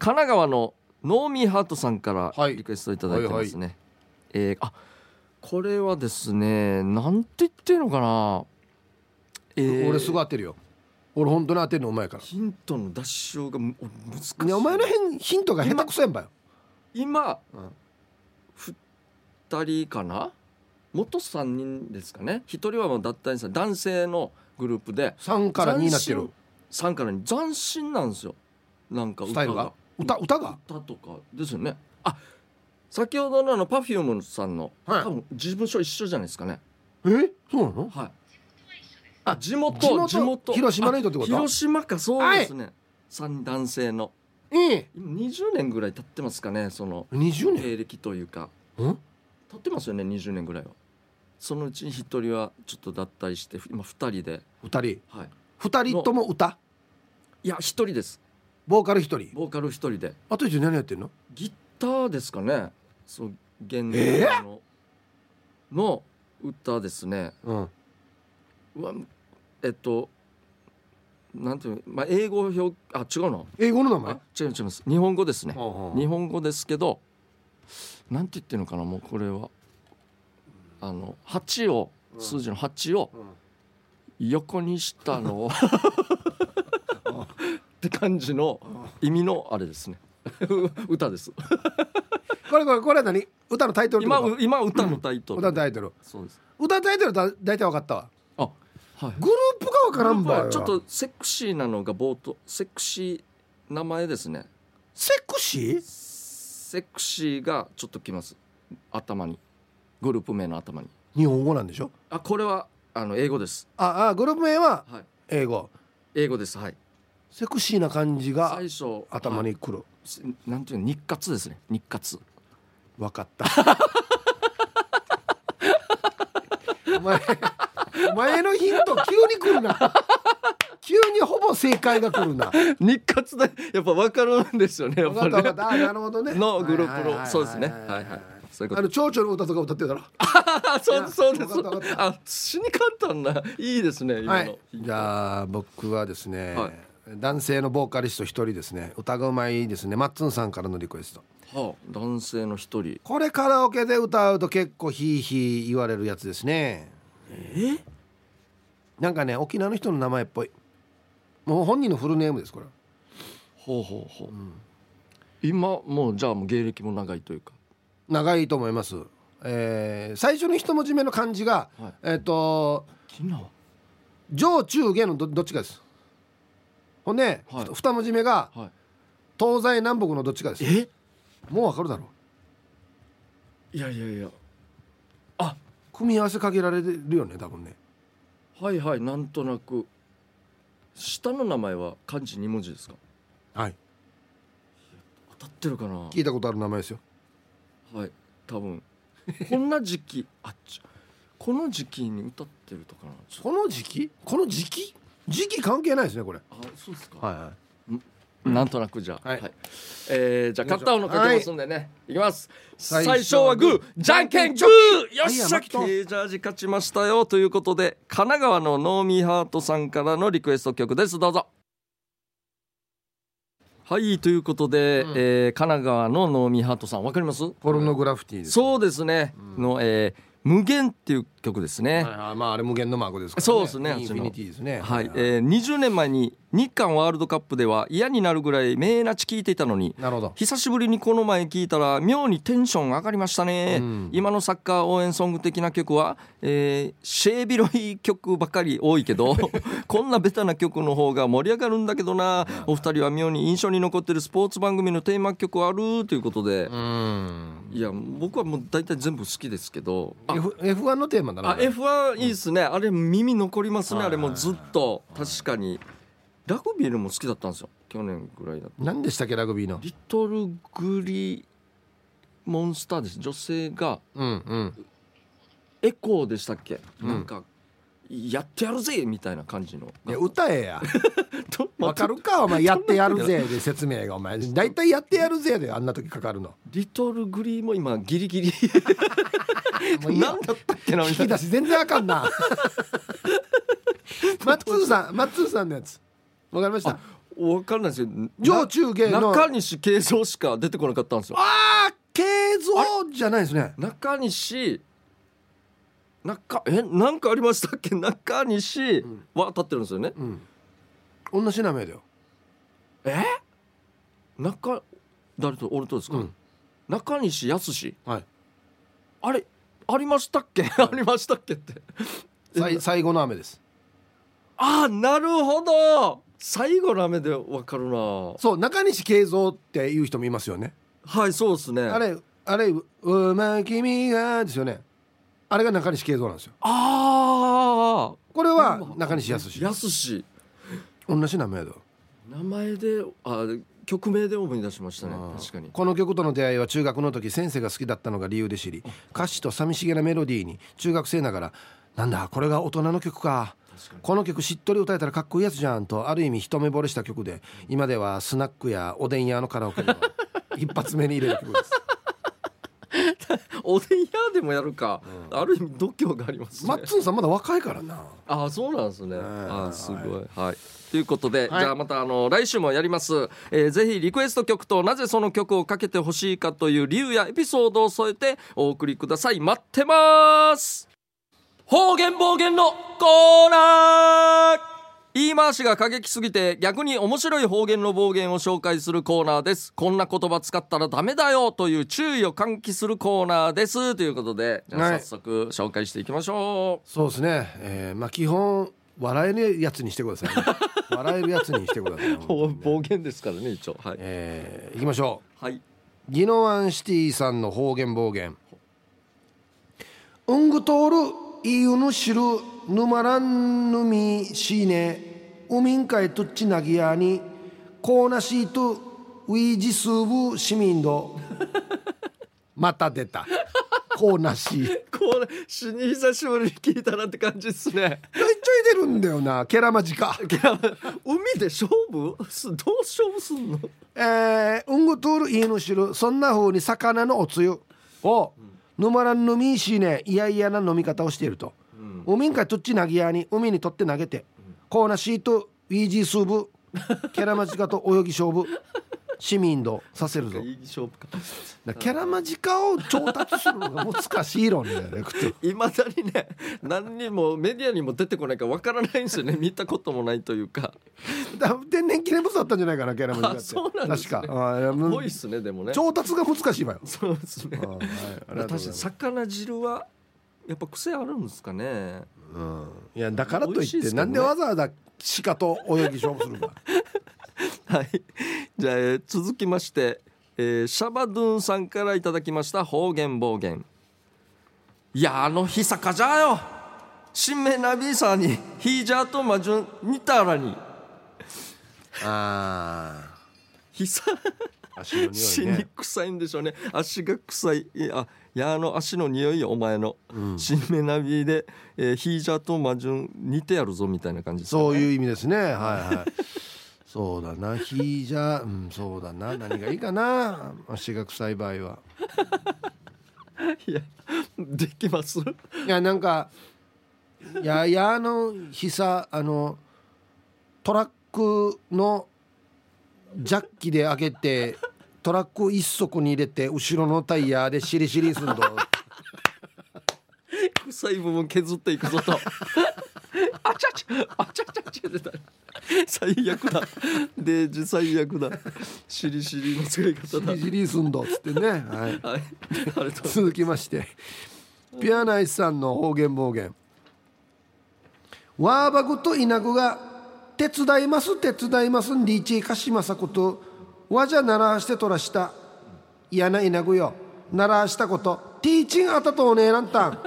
A: 神奈川のノーミーハートさんから
B: はい
A: リクエストいただいてますね、えーあこれはですねなんて言ってるのかな、えー
B: 俺すぐ当てるよ俺本当に当てるのお前やから
A: ヒントの脱出がむお難しい
B: ねお前の辺ヒントが下手くそやんばよ
A: 今、
B: うん
A: 2人かな元3人ですかね1人はもう脱退さ男性のグループで
B: 3から2になってる
A: 3から2斬新なんですよなんか
B: ス
A: 歌
B: タ
A: が
B: イルが歌歌が
A: 歌とかですよねあ先ほどのあの Perfume さんの、
B: はい
A: 多分事務所一緒じゃないですかね
B: えそうなの
A: はいあ地元
B: 地
A: 地
B: 元
A: 元
B: 広島の人ってこと
A: あ広島かそうですね、三男性の
B: ええ
A: 今20年ぐらい経ってますかねその
B: 20年
A: 経歴というか
B: ん
A: 経ってますよね20年ぐらいはそのうちに1人はちょっと脱退して今2人で、
B: 2人
A: はい、
B: 2人とも歌
A: いや1人です
B: ボーカル1人
A: ボーカル1人で
B: あと一人何やってんの
A: ギターですかねそう現
B: え
A: 代の,、の歌ですね
B: うん
A: うわえっとなんていうの、まあ、英語表あ違うの
B: 英語の名前
A: あ違う違います日本語ですね日
B: 本
A: 本語ですけどなんて言ってるのかなもうこれはあの8を
B: うん
A: 数字の8を横にしたの をって感じの意味のあれですね 歌です
B: これこれこれは何歌のタイトルってこ
A: 今
B: と
A: 今歌のタイトル
B: 歌のタイトル
A: そうです
B: 歌のタイトルだ大体分かったわ
A: あはい
B: グループが分からんばよ
A: ちょっとセクシーなのが冒頭セクシー名前ですね
B: セクシー
A: セクシーがちょっときます頭にグループ名の頭に
B: 日本語なんでしょ
A: あこれはあの英語です
B: ああグループ名は
A: はい
B: 英語
A: 英語ですはい
B: セクシーな感じが
A: 最初
B: 頭
A: は
B: にくる
A: いなんていうの日活ですね日活
B: 分かった お前お前のヒント急に来るな急にほぼ正解が来るな
A: 日活でやっぱ分かるんですよねやっ
B: 分か
A: ぱ
B: った分か
A: り
B: ったあなるほどね
A: のグループのそうですね
B: は
A: はいい
B: は
A: はい
B: はい
A: い
B: はい
A: そういうこ
B: あ
A: と
B: の蝶々の歌とか歌ってたら
A: あそうですそうです
B: わかったわかっ
A: あ死に簡単ないいですね
B: は
A: 今
B: い
A: の、
B: じゃあ僕はですね、
A: はい
B: 男性のボーカリスト一人ですね歌がうまいですねマッツンさんからのリクエスト
A: はあ男性の一人
B: これカラオケで歌うと結構ヒーヒー言われるやつですね
A: え
B: なんかね沖縄の人の名前っぽいもう本人のフルネームですこれ
A: ほうほうほう、今もうじゃあもう芸歴も長いというか
B: 長いと思います、えー最初の一文字目の漢字が、
A: はい
B: えっ、と
A: 昨日は
B: 上中下のどどっちかですほんで、
A: はい
B: ふ二文字目が
A: はい
B: 東西南北のどっちかです
A: え
B: もうわかるだろう
A: いやいやいや
B: 組み合わせかけられるよね多分ね
A: はいはいなんとなく下の名前は漢字二文字ですか
B: はい
A: 当たってるかな
B: 聞いたことある名前ですよ
A: はい多分こんな時期あっちこの時期に歌ってるとかなちょっ
B: この時期この時期時期関係ないですねこれ
A: とあそうですか、
B: はいは
A: なんとなくじゃあ、
B: は
A: はいいえーじゃあ片方のかけますんでね、い、きます
B: 最
A: 最
B: 初は
A: 初はグーじゃんけんグーよっし
B: は
A: ゃ
B: い
A: ケージャージ勝ちましたよということで神奈川のノーミーハートさんからのリクエスト曲ですどうぞはいということで、えー神奈川のノーミーハートさんわかります
B: ポルノグラフィティです
A: そうですね、の、えー無限っていう曲ですね、
B: はいはいまああれ無限のマークですから、ね、
A: そうですね
B: インフィニティですね
A: はい、えー20年前に日韓ワールドカップでは嫌になるぐらい名なち聞いていたのに
B: なるほど
A: 久しぶりにこの前聞いたら妙にテンション上がりましたね、
B: うん
A: 今のサッカー応援ソング的な曲は、えーシェービロイ曲ばかり多いけど こんなベタな曲の方が盛り上がるんだけどなお二人は妙に印象に残ってるスポーツ番組のテーマ曲あるということで
B: う、ん
A: いや僕はもう大体全部好きですけど
B: F F1 のテーマだな
A: あ F1 いいですね、あれ耳残りますねあれもうずっと確かにラグビーのも好きだったんですよ去年ぐらいだと
B: 何でしたっけラグビーの
A: リトルグリモンスターです女性が
B: うんうん
A: エコーでしたっけ、
B: うん
A: なんかやってやるぜみたいな感じの
B: いや歌え や
A: とまあ
B: わかる かお前やってやるぜで説明がお前大体やってやるぜであんな時かかるの
A: リトルグリも今ギリギリ
B: もういいよ
A: 何だったっけ なみ
B: 引
A: たい
B: き
A: な
B: 出し全然あかんなマッツーさんマッツーさんのやつわかりました
A: 分かんないですよ
B: 上中下の
A: 中西慶三しか出てこなかったんですよ
B: ああ慶三じゃないですね
A: 中西中えなんかありましたっけ中西は立ってるんですよね、
B: うん同じ名前だよ
A: え中誰と俺とですか、
B: うん
A: 中西康
B: はい
A: あれありましたっけ ありましたっけって
B: さい最後の雨です
A: ああなるほど最後の雨でわかるな
B: そう中西慶三っていう人もいますよね
A: はいそうですね
B: あれあれ「うま君が」ですよねあれが中西慶三なんですよ
A: あ
B: これは
A: あ
B: 中西康
A: 康
B: 同じ名前だよ
A: 名前であ曲名で思い出しましたね確かに
B: この曲との出会いは中学の時先生が好きだったのが理由で知り歌詞と寂しげなメロディーに中学生ながら「なんだこれが大人の曲か」
A: 確かに
B: この曲しっとり歌えたらかっこいいやつじゃんとある意味一目惚れした曲で今ではスナックやおでん屋のカラオ ケの一発目に入れる曲です
A: おでん屋でもやるか、ある意味度胸がありますね、
B: マッツンさんまだ若いからな
A: ああそうなんですね。
B: ん
A: あーすごい。はい。ということで、じゃあまたあの来週もやります、えーぜひリクエスト曲となぜその曲をかけてほしいかという理由やエピソードを添えてお送りください。待ってます。方言暴言のコーナー言い回しが過激すぎて逆に面白い方言の暴言を紹介するコーナーです。こんな言葉使ったらダメだよという注意を喚起するコーナーです。ということで、じゃあ
B: はい
A: 早速紹介していきましょう。
B: そうですね、えーまあ基本笑えるやつにしてくださいね、笑えるやつにしてくださいね、
A: お暴言ですからね一応はい、
B: えー、いきましょう
A: はい、
B: ギノワンシティさんの方言暴言うんぐとるいいうぬしるぬまらんぬみしいねうみんかいとっちなぎやにこうなしいとウィジスーブ市民どまた出たこうなしい ちょい
A: これ死に久しぶりに聞いたなって感じですね
B: ちょい出るんだよなケラマジ か
A: いや海で勝負すどう勝負すんの
B: えー、うんぐとるいいぬしるそんな風に魚のおつゆを沼らんぬみいしいねいやいやな飲み方をしていると、海んかとっちなぎやに海にとって投げて、コーナシートウィージースーブキャラマジカと泳ぎ勝負市民度させるぞ
A: いい勝負か
B: だキャラマジカを調達するのが難しい論だよねくて
A: いまだにね何にもメディアにも出てこないからわからないんですよね見たこともないというか
B: だ天然記念物だったんじゃないかなキャラマジカって
A: あそうなんですね
B: 確かあいやむ
A: 多いっすねでもね
B: 調達が難しいわよ
A: そうですね
B: あはいあり
A: 確かに
B: がとうございます
A: 魚汁はやっぱ癖あるんですかね
B: うんいやだからと
A: 美
B: い
A: 味しい
B: っ
A: で
B: て
A: すけどね
B: なんでわざわざ鹿と泳ぎ勝負す るのか
A: はい。じゃあ、えー続きまして、えーシャバドゥンさんからいただきました方言暴言。いや、あの日坂じゃよ。新名ナビーさんに、ヒージャーとマジュン、似たらに。
B: あ
A: ひさ、
B: あ足の
A: 死に臭いんでしょうね。足が臭い。いやあ、いや、あの足の匂いよ、お前の。新名ナビで、えーヒージャーとマジュン、似てやるぞ、みたいな感じですかね、
B: そういう意味ですねはいはいそうだな火じゃうんそうだな何がいいかな足が臭い場合はい
A: やできます
B: いやなんかいやいやあの日さあのトラックのジャッキで開けてトラック一足に入れて後ろのタイヤでシリシリすんと
A: 臭い部分削っていくぞと あちゃちゃあちゃちゃちゃ出た最悪だデージ最悪だしりしりの使い方だ
B: シリシリすんどっつってね、はい、
A: はいあれと
B: 続きましてピアナイスさんの方言暴言ワーバグと稲子が「手伝います手伝いますんリーチかしまさことわじゃならしてとらした嫌な稲子よならしたことティーチンあたとおねえらんたん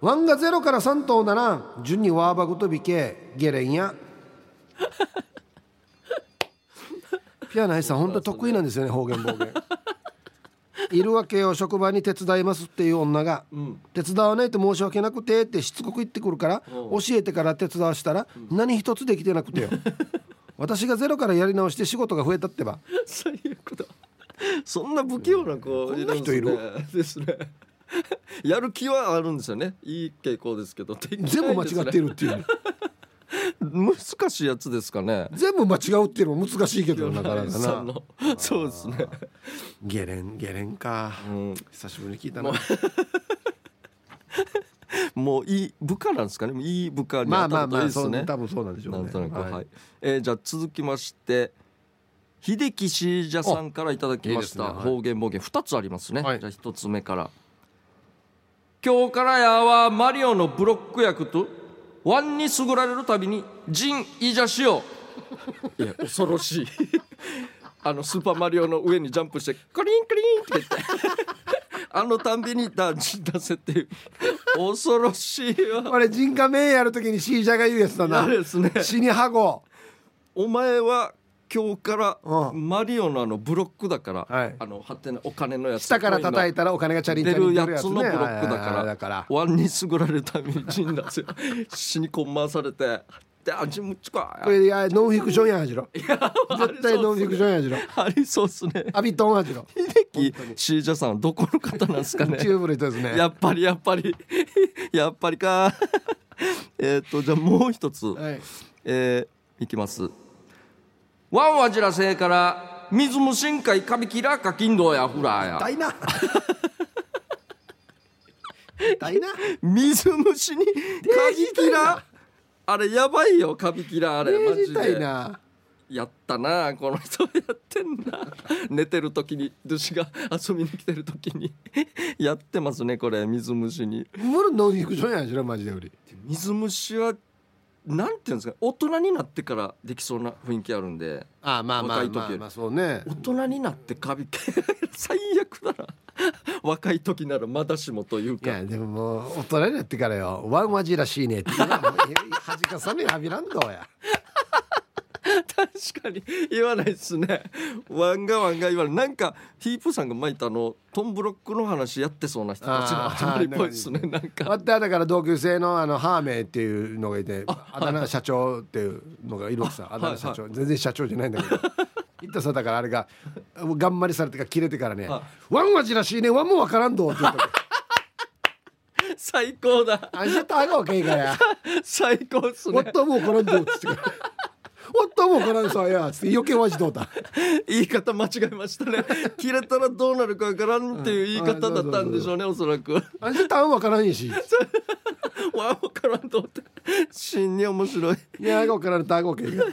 B: ワンがゼロから3頭ならん順にワーバグとびけゲレンやピアナイスさん本当得意なんですよね方言暴言いるわけよ職場に手伝いますっていう女が、手伝わないと申し訳なくてってしつこく言ってくるから、教えてから手伝わしたら、何一つできてなく てよ私がゼロからやり直して仕事が増えたっ てば
A: 最悪だそんな不器用な子
B: んな人いる
A: ですねやる気はあるんですよねいい傾向ですけどできないです
B: 全
A: ね
B: 部間違ってるっていう、
A: 難しいやつですかね
B: 全部間違うっていうのも難しいけ どなかなか
A: さん
B: な
A: のそうですね
B: ゲレンゲレンか、
A: ん
B: 久しぶりに聞いたな
A: もういい部下なんですかねいい部下に
B: ま
A: 当
B: あま
A: たるといい
B: あまあ
A: です
B: そう
A: ね
B: 多分そうなんでしょう
A: な
B: ね
A: んとなく、はい、
B: はい
A: えーじゃあ続きまして秀樹シージャさんからいただきました
B: いいですねはい
A: 方言暴言二つありますね、
B: はい
A: じゃあ一つ目から今日からやはマリオのブロック役とワンにすぐられるたびにジンイジャしよういや恐ろしい あのスーパーマリオの上にジャンプしてクリンクリンって言ってあのたんびにダンジ出せっていう恐ろしいわ
B: あれ人家名やるときにシージャーが言うやつだな
A: あれですね
B: 死にはご
A: お前は今日から
B: うん
A: マリオのあのブロックだから、
B: はい
A: あのはてなお金のやつ
B: 下から叩いたらお金がチャリンチャリン
A: 出るやつのブロックだ
B: はいはい
A: か
B: はい
A: ら
B: だから
A: ワンにすぐられるために死んだんですよ死にこん回されてで味むっちか
B: これいやノンフィクションやはじろ絶対ノンフィクションやはじろ
A: ありそうっすね
B: アビトンはじろ
A: 秀樹シージャさんはどこの方なんですか ね
B: チューブの人ですね
A: やっぱりやっぱり やっぱりか えっとじゃあもう一つ、
B: はい
A: えーいきますワンワジラ星から水無深海カビキラカキンドやフラーや
B: 痛いな痛いな
A: 水虫にカビキラあれやばいよカビキラあれマジ
B: 痛い
A: で
B: な
A: やったなこの人やってんな寝てる時に女子が遊びに来てる時にやってますねこれ水虫に
B: もろノンフィクションやはじろマジでより
A: 水虫はなんていうんですか大人になってからできそうな雰囲気あるんで
B: あまあまあ
A: 若い時
B: まあまあそうね
A: 大人になってカビ最悪だな 若い時ならまだしもという
B: い
A: か
B: やでももう大人になってからよワンワジらしいねっていうのはもう恥かさねえアビランドや
A: 確かに言わないですねワンガワンガ言わないなんかヒープさんが巻いたあのトンブロックの話やってそうな人たちの集まりっぽいですねなんか
B: あっただから同級生のあのハーメイっていうのがいてあだ名社長っていうのがいるわけさあだ名社長、全然社長じゃないんだけ ど言ったさだからあれが頑張りされてから切れてからね「ワンワジらしいねワンもわからんど」って言 った「
A: 最高だ
B: あんたとあがわけいからや
A: 最高っす
B: おっ
A: ね
B: ともうからんど」っつってから「おっともうからんさや」つって余計わじどうだ
A: 言い方間違えましたね切れたらどうなるかわからんっていう言い方だったんでしょうねおそらく
B: あんたあんわからんし
A: ワンわからんと思って真に面白い
B: いやあがわからんとあがわけいか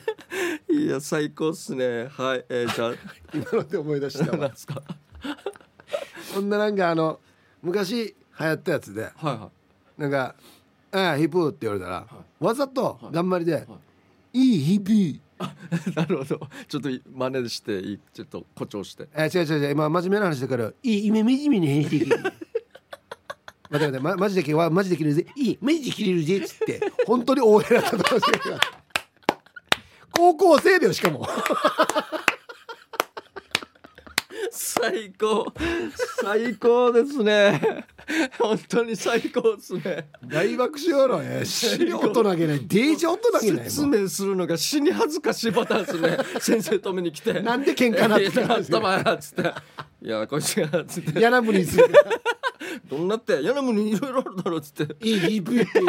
B: ら
A: いや最高っすねはいえー、じゃあ
B: 今ので思い出 した
A: なん
B: わ
A: ですか
B: こんななんかあの昔流行ったやつで
A: はいは
B: なんか「ああヒップ」って言われたら、わざと頑張りで「いい、ヒップー
A: い なるほどちょっと真似していいちょっと誇張して」
B: え違う違う違う今真面目な話だから「いい今惨めに返し ていけ」待って待って、ま、マジできわマジで切れるぜいいマジで切れるぜっつって本当に大変だったと思うんですよ 高校生だよし かも
A: 最高最高ですね本当に最高ですね
B: 大爆笑やろえ死音投げないデージ音投げない
A: 説明するのが死に恥ずかしいパターンですね 先生止めに来て
B: なんで喧嘩なってきたん
A: ん
B: で
A: です す
B: か
A: かつっていやこっちがつって
B: やなぶにする
A: どんなって嫌なものいろいろあるだろうっつって
B: いいいい V って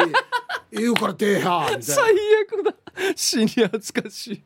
B: 言うからてえやみたいな
A: 最悪だ死に恥ずかし い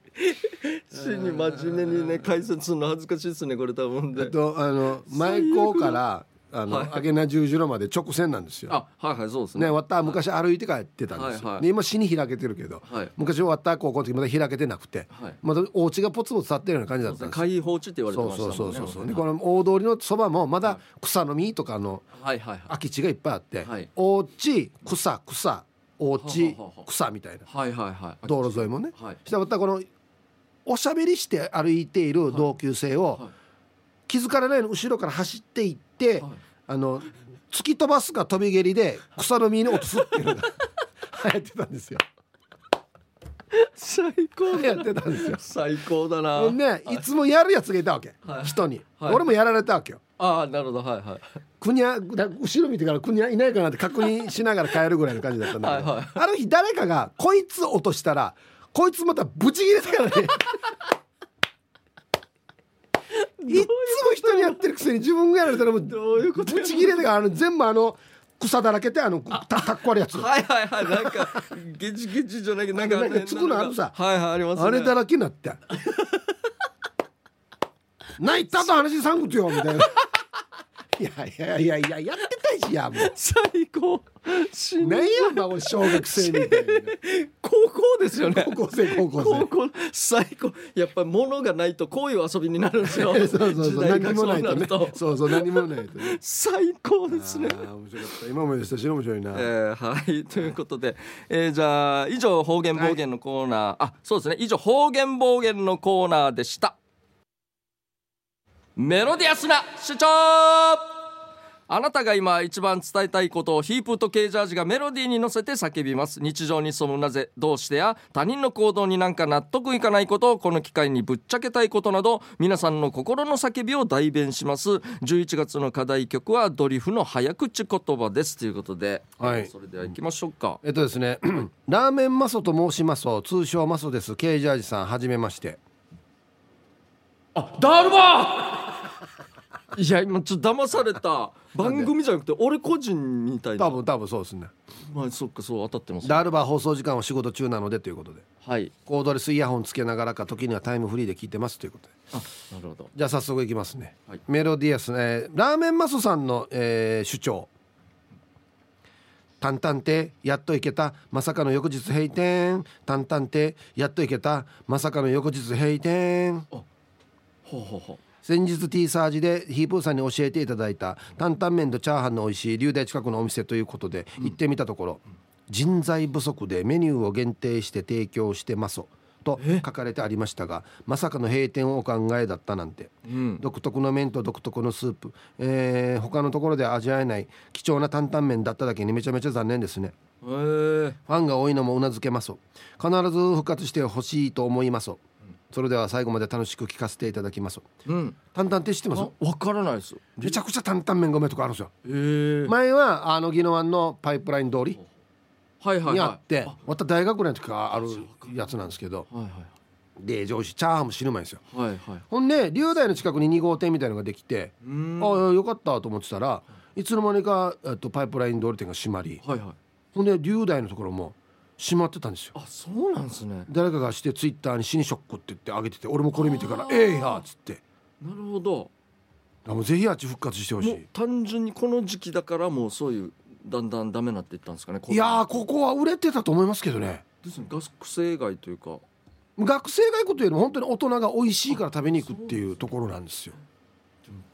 A: 死に真面目にね解説するの恥ずかしいですねこれ多分で
B: とあの前校からあの、
A: はい
B: 上げな十字路まで直線なんですよ。
A: あはいはいそうですね
B: ね、わった昔歩いて帰ってたんですよ、
A: はいはい
B: で今死に開けてるけど、
A: はい
B: 昔わった高校の時まだ開けてなくて、
A: はい
B: まだお家がポツポツ立ってるような感じだったんですよ
A: 解放地って言われて
B: そう
A: ました
B: そ
A: もん
B: う
A: ね
B: そうそうそう、で
A: 本
B: この大通りのそばもまだ草の実とかの
A: 当にはいはいはい
B: 空き地がいっぱいあって、
A: はい
B: おうち草草おうち
A: はははは
B: 草みたいな
A: はいはいはい
B: 道路沿いもね、
A: はい
B: そしたらまたこのおしゃべりして歩いている同級生を
A: はい
B: 気づかれないように後ろから走っていって、
A: はい
B: あの突き飛ばすか飛び蹴りで草の実に落とすっていう のが流行ってたんですよ。
A: 最高
B: や
A: だな
B: ってたんですよ。
A: 最高だな、
B: ね、いつもやるやつがいたわけ、
A: はい
B: 人に、
A: はい
B: 俺もやられたわけよ。
A: ああなるほどはいはい
B: くにゃだ後ろ見てからくにゃいないかなって確認しながら帰るぐらいの感じだったんだけど
A: はいはい
B: ある日誰かがこいつ落としたらこいつまたブチ切れたからねいっつも人にやってるくせに自分がやられたらもう
A: どういうこと
B: ブチ切れてからあの全部あの草だらけてあのたたっこあるやつ
A: はいはいはいなんかゲチゲチじゃないけどなんか
B: なんかつくのあるさ
A: はいはいありますね
B: あれだらけになって「泣いたと話さんことよ」みたいな「いやいやいやいややってたしやも う
A: 最高死ぬ
B: 何やんだ俺小学生みたいな。
A: 高校ですよね
B: 高校生高校生
A: 高校最高やっぱり物がないとこういう遊びになるんですよ
B: そうそうそう
A: 時代が
B: 何も
A: そ
B: な
A: う
B: い
A: な
B: とね
A: ると
B: そうそう何もないとね
A: 最高
B: あ
A: ですね
B: ー面白かった今もでしたし面白いな、
A: えーはいということで、えーじゃあ以上方言暴言のコーナー、あそうですね以上方言暴言のコーナーでしたメロディアスな主張あなたが今一番伝えたいことをヒープとケージャージがメロディーに乗せて叫びます日常に潜むなぜどうしてや他人の行動になんか納得いかないことをこの機会にぶっちゃけたいことなど皆さんの心の叫びを代弁します11月の課題曲はドリフの早口言葉ですということで、
B: はい
A: それでは行きましょうか、
B: えっとですね ラーメンマソと申しますと通称マソですケージャージさんはじめまして
A: あだるま いや今ちょっと騙された番組じゃなくて俺個人みたい
B: 多
A: な、
B: 分多分そうですね
A: まあ、そっかそう当たってますね
B: ダルバ放送時間は仕事中なのでということで
A: はい
B: コードレスイヤホンつけながらか時にはタイムフリーで聞いてますということで
A: あなるほど
B: じゃあ早速いきますね、
A: はい
B: メロディアスね、えーラーメンマソさんの、えー主張「淡々てやっといけたまさかの翌日閉店」「淡々てやっといけたまさかの翌日閉店」
A: ほうほうほう
B: 先日 T サージでヒープーさんに教えていただいた担々麺とチャーハンの美味しい龍大近くのお店ということで行ってみたところ、人材不足でメニューを限定して提供してますと書かれてありましたがまさかの閉店をお考えだったなんて、
A: ん
B: 独特の麺と独特のスープ、えー他のところでは味わえない貴重な担々麺だっただけにめちゃめちゃ残念ですね
A: へえ
B: ファンが多いのもうなずけます必ず復活してほしいと思いますそれでは最後まで楽しく聞かせていただきます
A: うん
B: 担々って知ってます
A: あわからないですよ
B: めちゃくちゃ担々麺ごめんとかあるんですよ
A: へえ
B: 前はあの宜野湾のパイプライン通り
A: はいはいはい
B: にあって、
A: あ
B: また大学ぐらいの時からあるやつなんですけど
A: はいはい
B: で上司チャーハンも死ぬまいんですよ
A: はいはい
B: ほんで龍大の近くに2号店みたいのができて
A: うーん
B: あ
A: は
B: あよかったと思ってたらいつの間にか、えっと、パイプライン通り店が閉まり
A: いはい
B: ほんで龍大のところも閉まってたんですよ
A: あそうなんですね
B: 誰かがしてツイッターに「死にショック」って言ってあげてて俺もこれ見てから「ええや」っつって
A: なるほど
B: あもうぜひあっち復活してほし
A: もう
B: い
A: 単純にこの時期だからもうそういうだんだんダメになっていったんですかね
B: いやーここは売れてたと思いますけどね
A: ですね学生街というか
B: 学生が行くというよりも本当に大人が美味しいから食べに行くっていうところなんですよ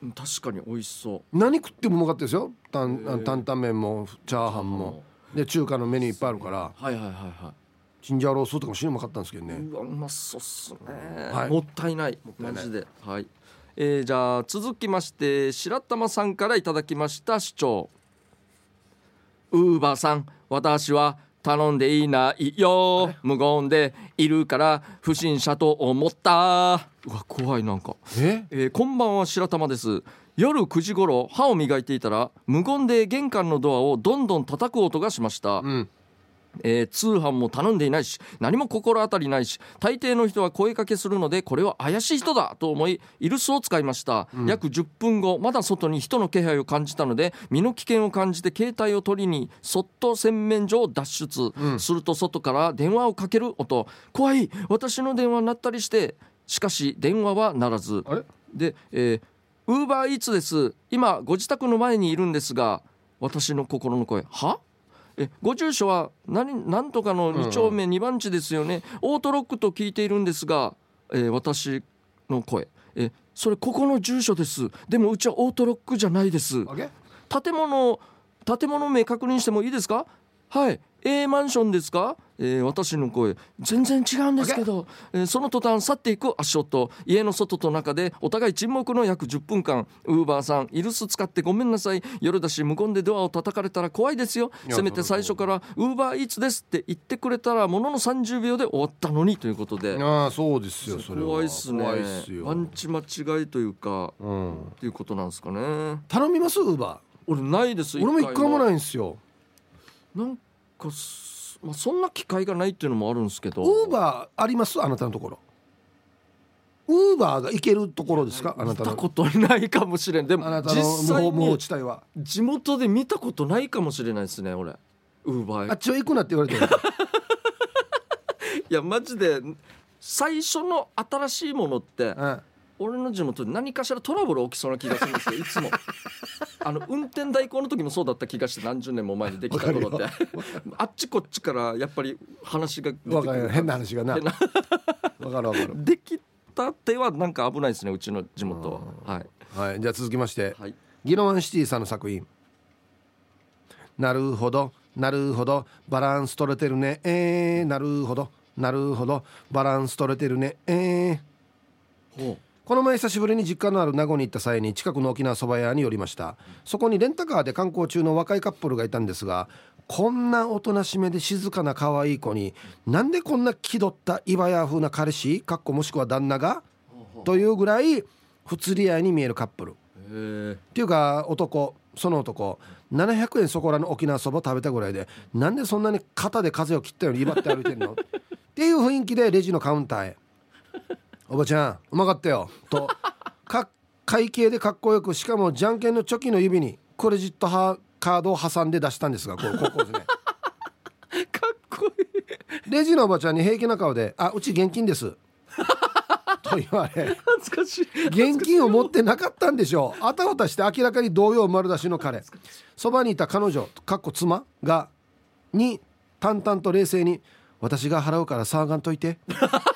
A: うん確かに美味しそう
B: 何食ってもうまかったですよたん
A: へー
B: 担々麺もチャーハンもで中華のメニューいっぱいあるから
A: はいはいはいは
B: チンジャオロースーとかも死にうまかったんですけど
A: い、
B: ね
A: うわうまそうっすね、
B: はい
A: もったいない
B: たいない
A: マジではいえーじゃあ続きまして白玉さんからいただきました主張ウーバーさん私は頼んでいないよ無言でいるから不審者と思ったうわ怖いなんか
B: え
A: えーこんばんは白玉です夜9時頃歯を磨いていたら無言で玄関のドアをどんどん叩く音がしました、
B: うん
A: えー通販も頼んでいないし何も心当たりないし大抵の人は声かけするのでこれは怪しい人だと思いイルスを使いました、約10分後まだ外に人の気配を感じたので身の危険を感じて携帯を取りにそっと洗面所を脱出、
B: うん
A: すると外から電話をかける音怖い私の電話になったりしてしかし電話はならず
B: あれ
A: で、えウーバーイーツです。今ご自宅の前にいるんですが、私の心の声、は？え、ご住所は何なんとかの
B: んうん
A: 二丁目二番地ですよね。オートロックと聞いているんですが、えー私の声、え、それここの住所です。でもうちはオートロックじゃないです。
B: あげ
A: 建物建物名確認してもいいですかはい A マンションですか、えー私の声全然違うんですけど、えーその途端去っていく足音家の外と中でお互い沈黙の約10分間ウーバーさんイルス使ってごめんなさい夜だし無言でドアを叩かれたら怖いですよ
B: いや
A: せめて最初から「ウーバーイーツです」って言ってくれたらものの30秒で終わったのにということで
B: ああそうですよそれは
A: 怖いっすね
B: 怖いっすよ
A: ワンチ間違いというか
B: うん
A: ということなんですかね
B: 頼みますウーバ
A: 俺ないです
B: ー俺も一回も
A: い
B: ないんですよ
A: なんかす、まあ、そんな機会がないっていうのもあるんですけど
B: ウーバーありますあなたのところウーバーが行けるところですかあな
A: 見
B: た
A: た
B: の
A: ことないかもしれんでも
B: あなた
A: 実
B: の無
A: 際
B: 法無法
A: に
B: 地帯は
A: 地元で見たことないかもしれないですね俺ウーバ
B: あ
A: ー
B: っちは行くなって言われ てる
A: いやマジで最初の新しいものって
B: うん
A: 俺の地元で何かしらトラブル起きそうな気がするん ですよいつもあの運転代行の時もそうだった気がして何十年も前にできた頃ってあっちこっちからやっぱり話が出てく
B: わかる
A: る
B: 変な話がなわ
A: 変
B: かるわか る
A: できたてはなんか危ないですねうちの地元ははい
B: はいじゃあ続きまして
A: はい
B: ギロワンシティさんの作品なるほどなるほどバランス取れてるねえー、なるほどなるほどバランス取れてるねえー
A: ほう
B: この前久しぶりに実家のある名護に行った際に近くの沖縄そば屋に寄りましたそこにレンタカーで観光中の若いカップルがいたんですがこんなおとなしめで静かな可愛い子になんでこんな気取った岩屋風な彼氏かっこもしくは旦那がというぐらい不釣り合いに見えるカップル
A: へえ
B: っていうか男その男700円そこらの沖縄そば食べたぐらいでなんでそんなに肩で風を切ったように威張って歩いてんのっていう雰囲気でレジのカウンターへ「おばちゃんうまかったよ」とか会計でかっこよくしかもじゃんけんのチョキの指にクレジットはカードを挟んで出したんですがこうこうこうですね
A: かっこいい
B: レジのおばちゃんに平気な顔で「あうち現金です」と言われ
A: 恥ずかしい
B: 現金を持ってなかったんでしょうあたふたして明らかに同様丸出しの彼そばにいた彼女かっこ妻がに淡々と冷静に「私が払うから騒がんといて」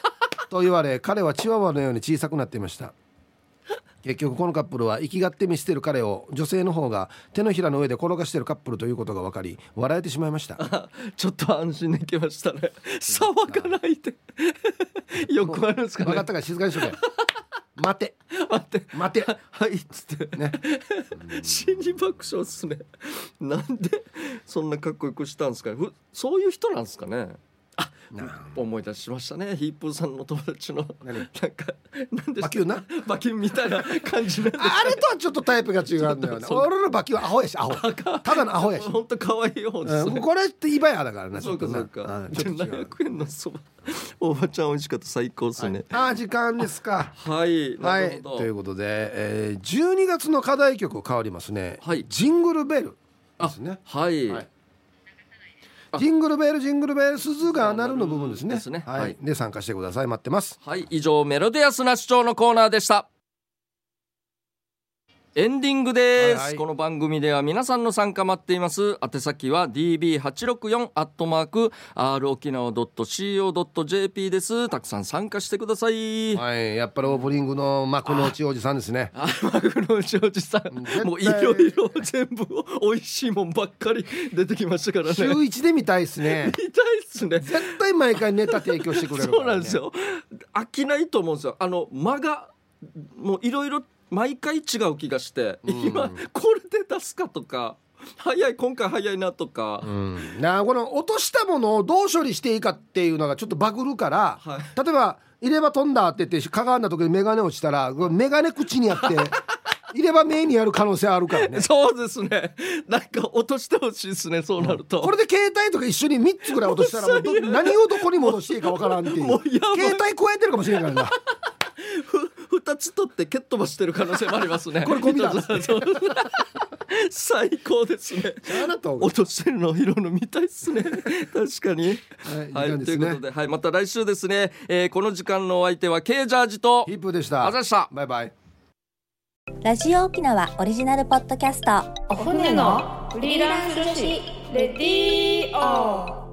B: と言われ彼はチワワのように小さくなっていました結局このカップルは生きがって見捨てる彼を女性の方が手のひらの上で転がしてるカップルということが分かり笑えてしまいました
A: ちょっと安心できましたね騒がないでよくあるんですか
B: 分
A: ね
B: かったから静かにしとけ待て
A: 待って
B: 待て
A: はいっつって
B: ね
A: 死に爆笑っすねなんでそんなかっこよくしたんですかねふそういう人なんですかねあ思い出しましたねヒープーさんの友達のな
B: 何
A: んかなんでした
B: バキューな
A: バキューみたいな感じなんで
B: あれとはちょっとタイプが違うんだよね。俺のバキはアホやし、アホ。ただのアホや し。
A: 本当可愛い方です
B: う
A: ね
B: ん、これってイバヤだからな、ち
A: そ
B: ょっ
A: う
B: と
A: か
B: な。
A: そうか
B: うん。
A: じゃ
B: ちょ
A: あ
B: っと違う。
A: 700円のそば。おばちゃん美味しかった最高ですね。
B: あー、時間ですか。
A: はい。
B: は
A: なる
B: い、
A: ほど
B: ということで、えー、12月の課題曲変わりますね。
A: はい
B: ジングルベルですね。
A: はい。
B: はいジングルベル、ジングルベル、鈴が鳴るの部分ですね。
A: ですね
B: は
A: はいい、
B: で、参加してください。待ってます。
A: はい、以上メロディアスな主張のコーナーでした。エンディングです、
B: はいはい
A: この番組では皆さんの参加待っています宛先は db864 アットマーク r 沖縄 .co.jp ですたくさん参加してください、
B: はい、やっぱりオープニングの幕の内おじさんですね。
A: あ幕の内おじさ
B: 絶対
A: んもういろいろ全部美味しいもんばっかり出てきましたからね
B: 週一で見たいですね。
A: 痛いっすね。
B: 絶対毎回ネタ提供してくれるから、
A: そうなん
B: ね。
A: です。よ。飽きないと思うんですよ。あの間がもういろいろ毎回違う気がして、今これで出すかとか。早い今回早いなとか、
B: うん、なあこの落としたものをどう処理していいかっていうのがちょっとバグるから、
A: は
B: 例えば入れ歯飛んだって言ってかがんだ時に眼鏡落ちたらこれ眼鏡口にやって 入れ歯目にやる可能性あるからね
A: そうですねなんか落としてほしいですねそうなると、
B: これで携帯とか一緒に3つぐらい落としたらもうど何をどこに戻していいかわからん っていう
A: もうやばい
B: 携帯加えてるかもしれないからな
A: ふ2つ取って蹴っ飛ばしてる可能性もありますね
B: これゴミだ
A: そうそう最高ですね
B: あなたを
A: 落としてるのを拾うの見たいっす ね確かに
B: は
A: はいい、
B: 時間
A: と
B: で
A: い
B: す
A: う
B: ね
A: ことで、はい、また来週ですね、えーこの時間のお相手は K ジャージと
B: ヒップでし
A: あ
B: た
A: ざでした
B: バイバイ
C: ラジオ沖縄オリジナルポッドキャスト
D: お骨のフリーランス女子レディオ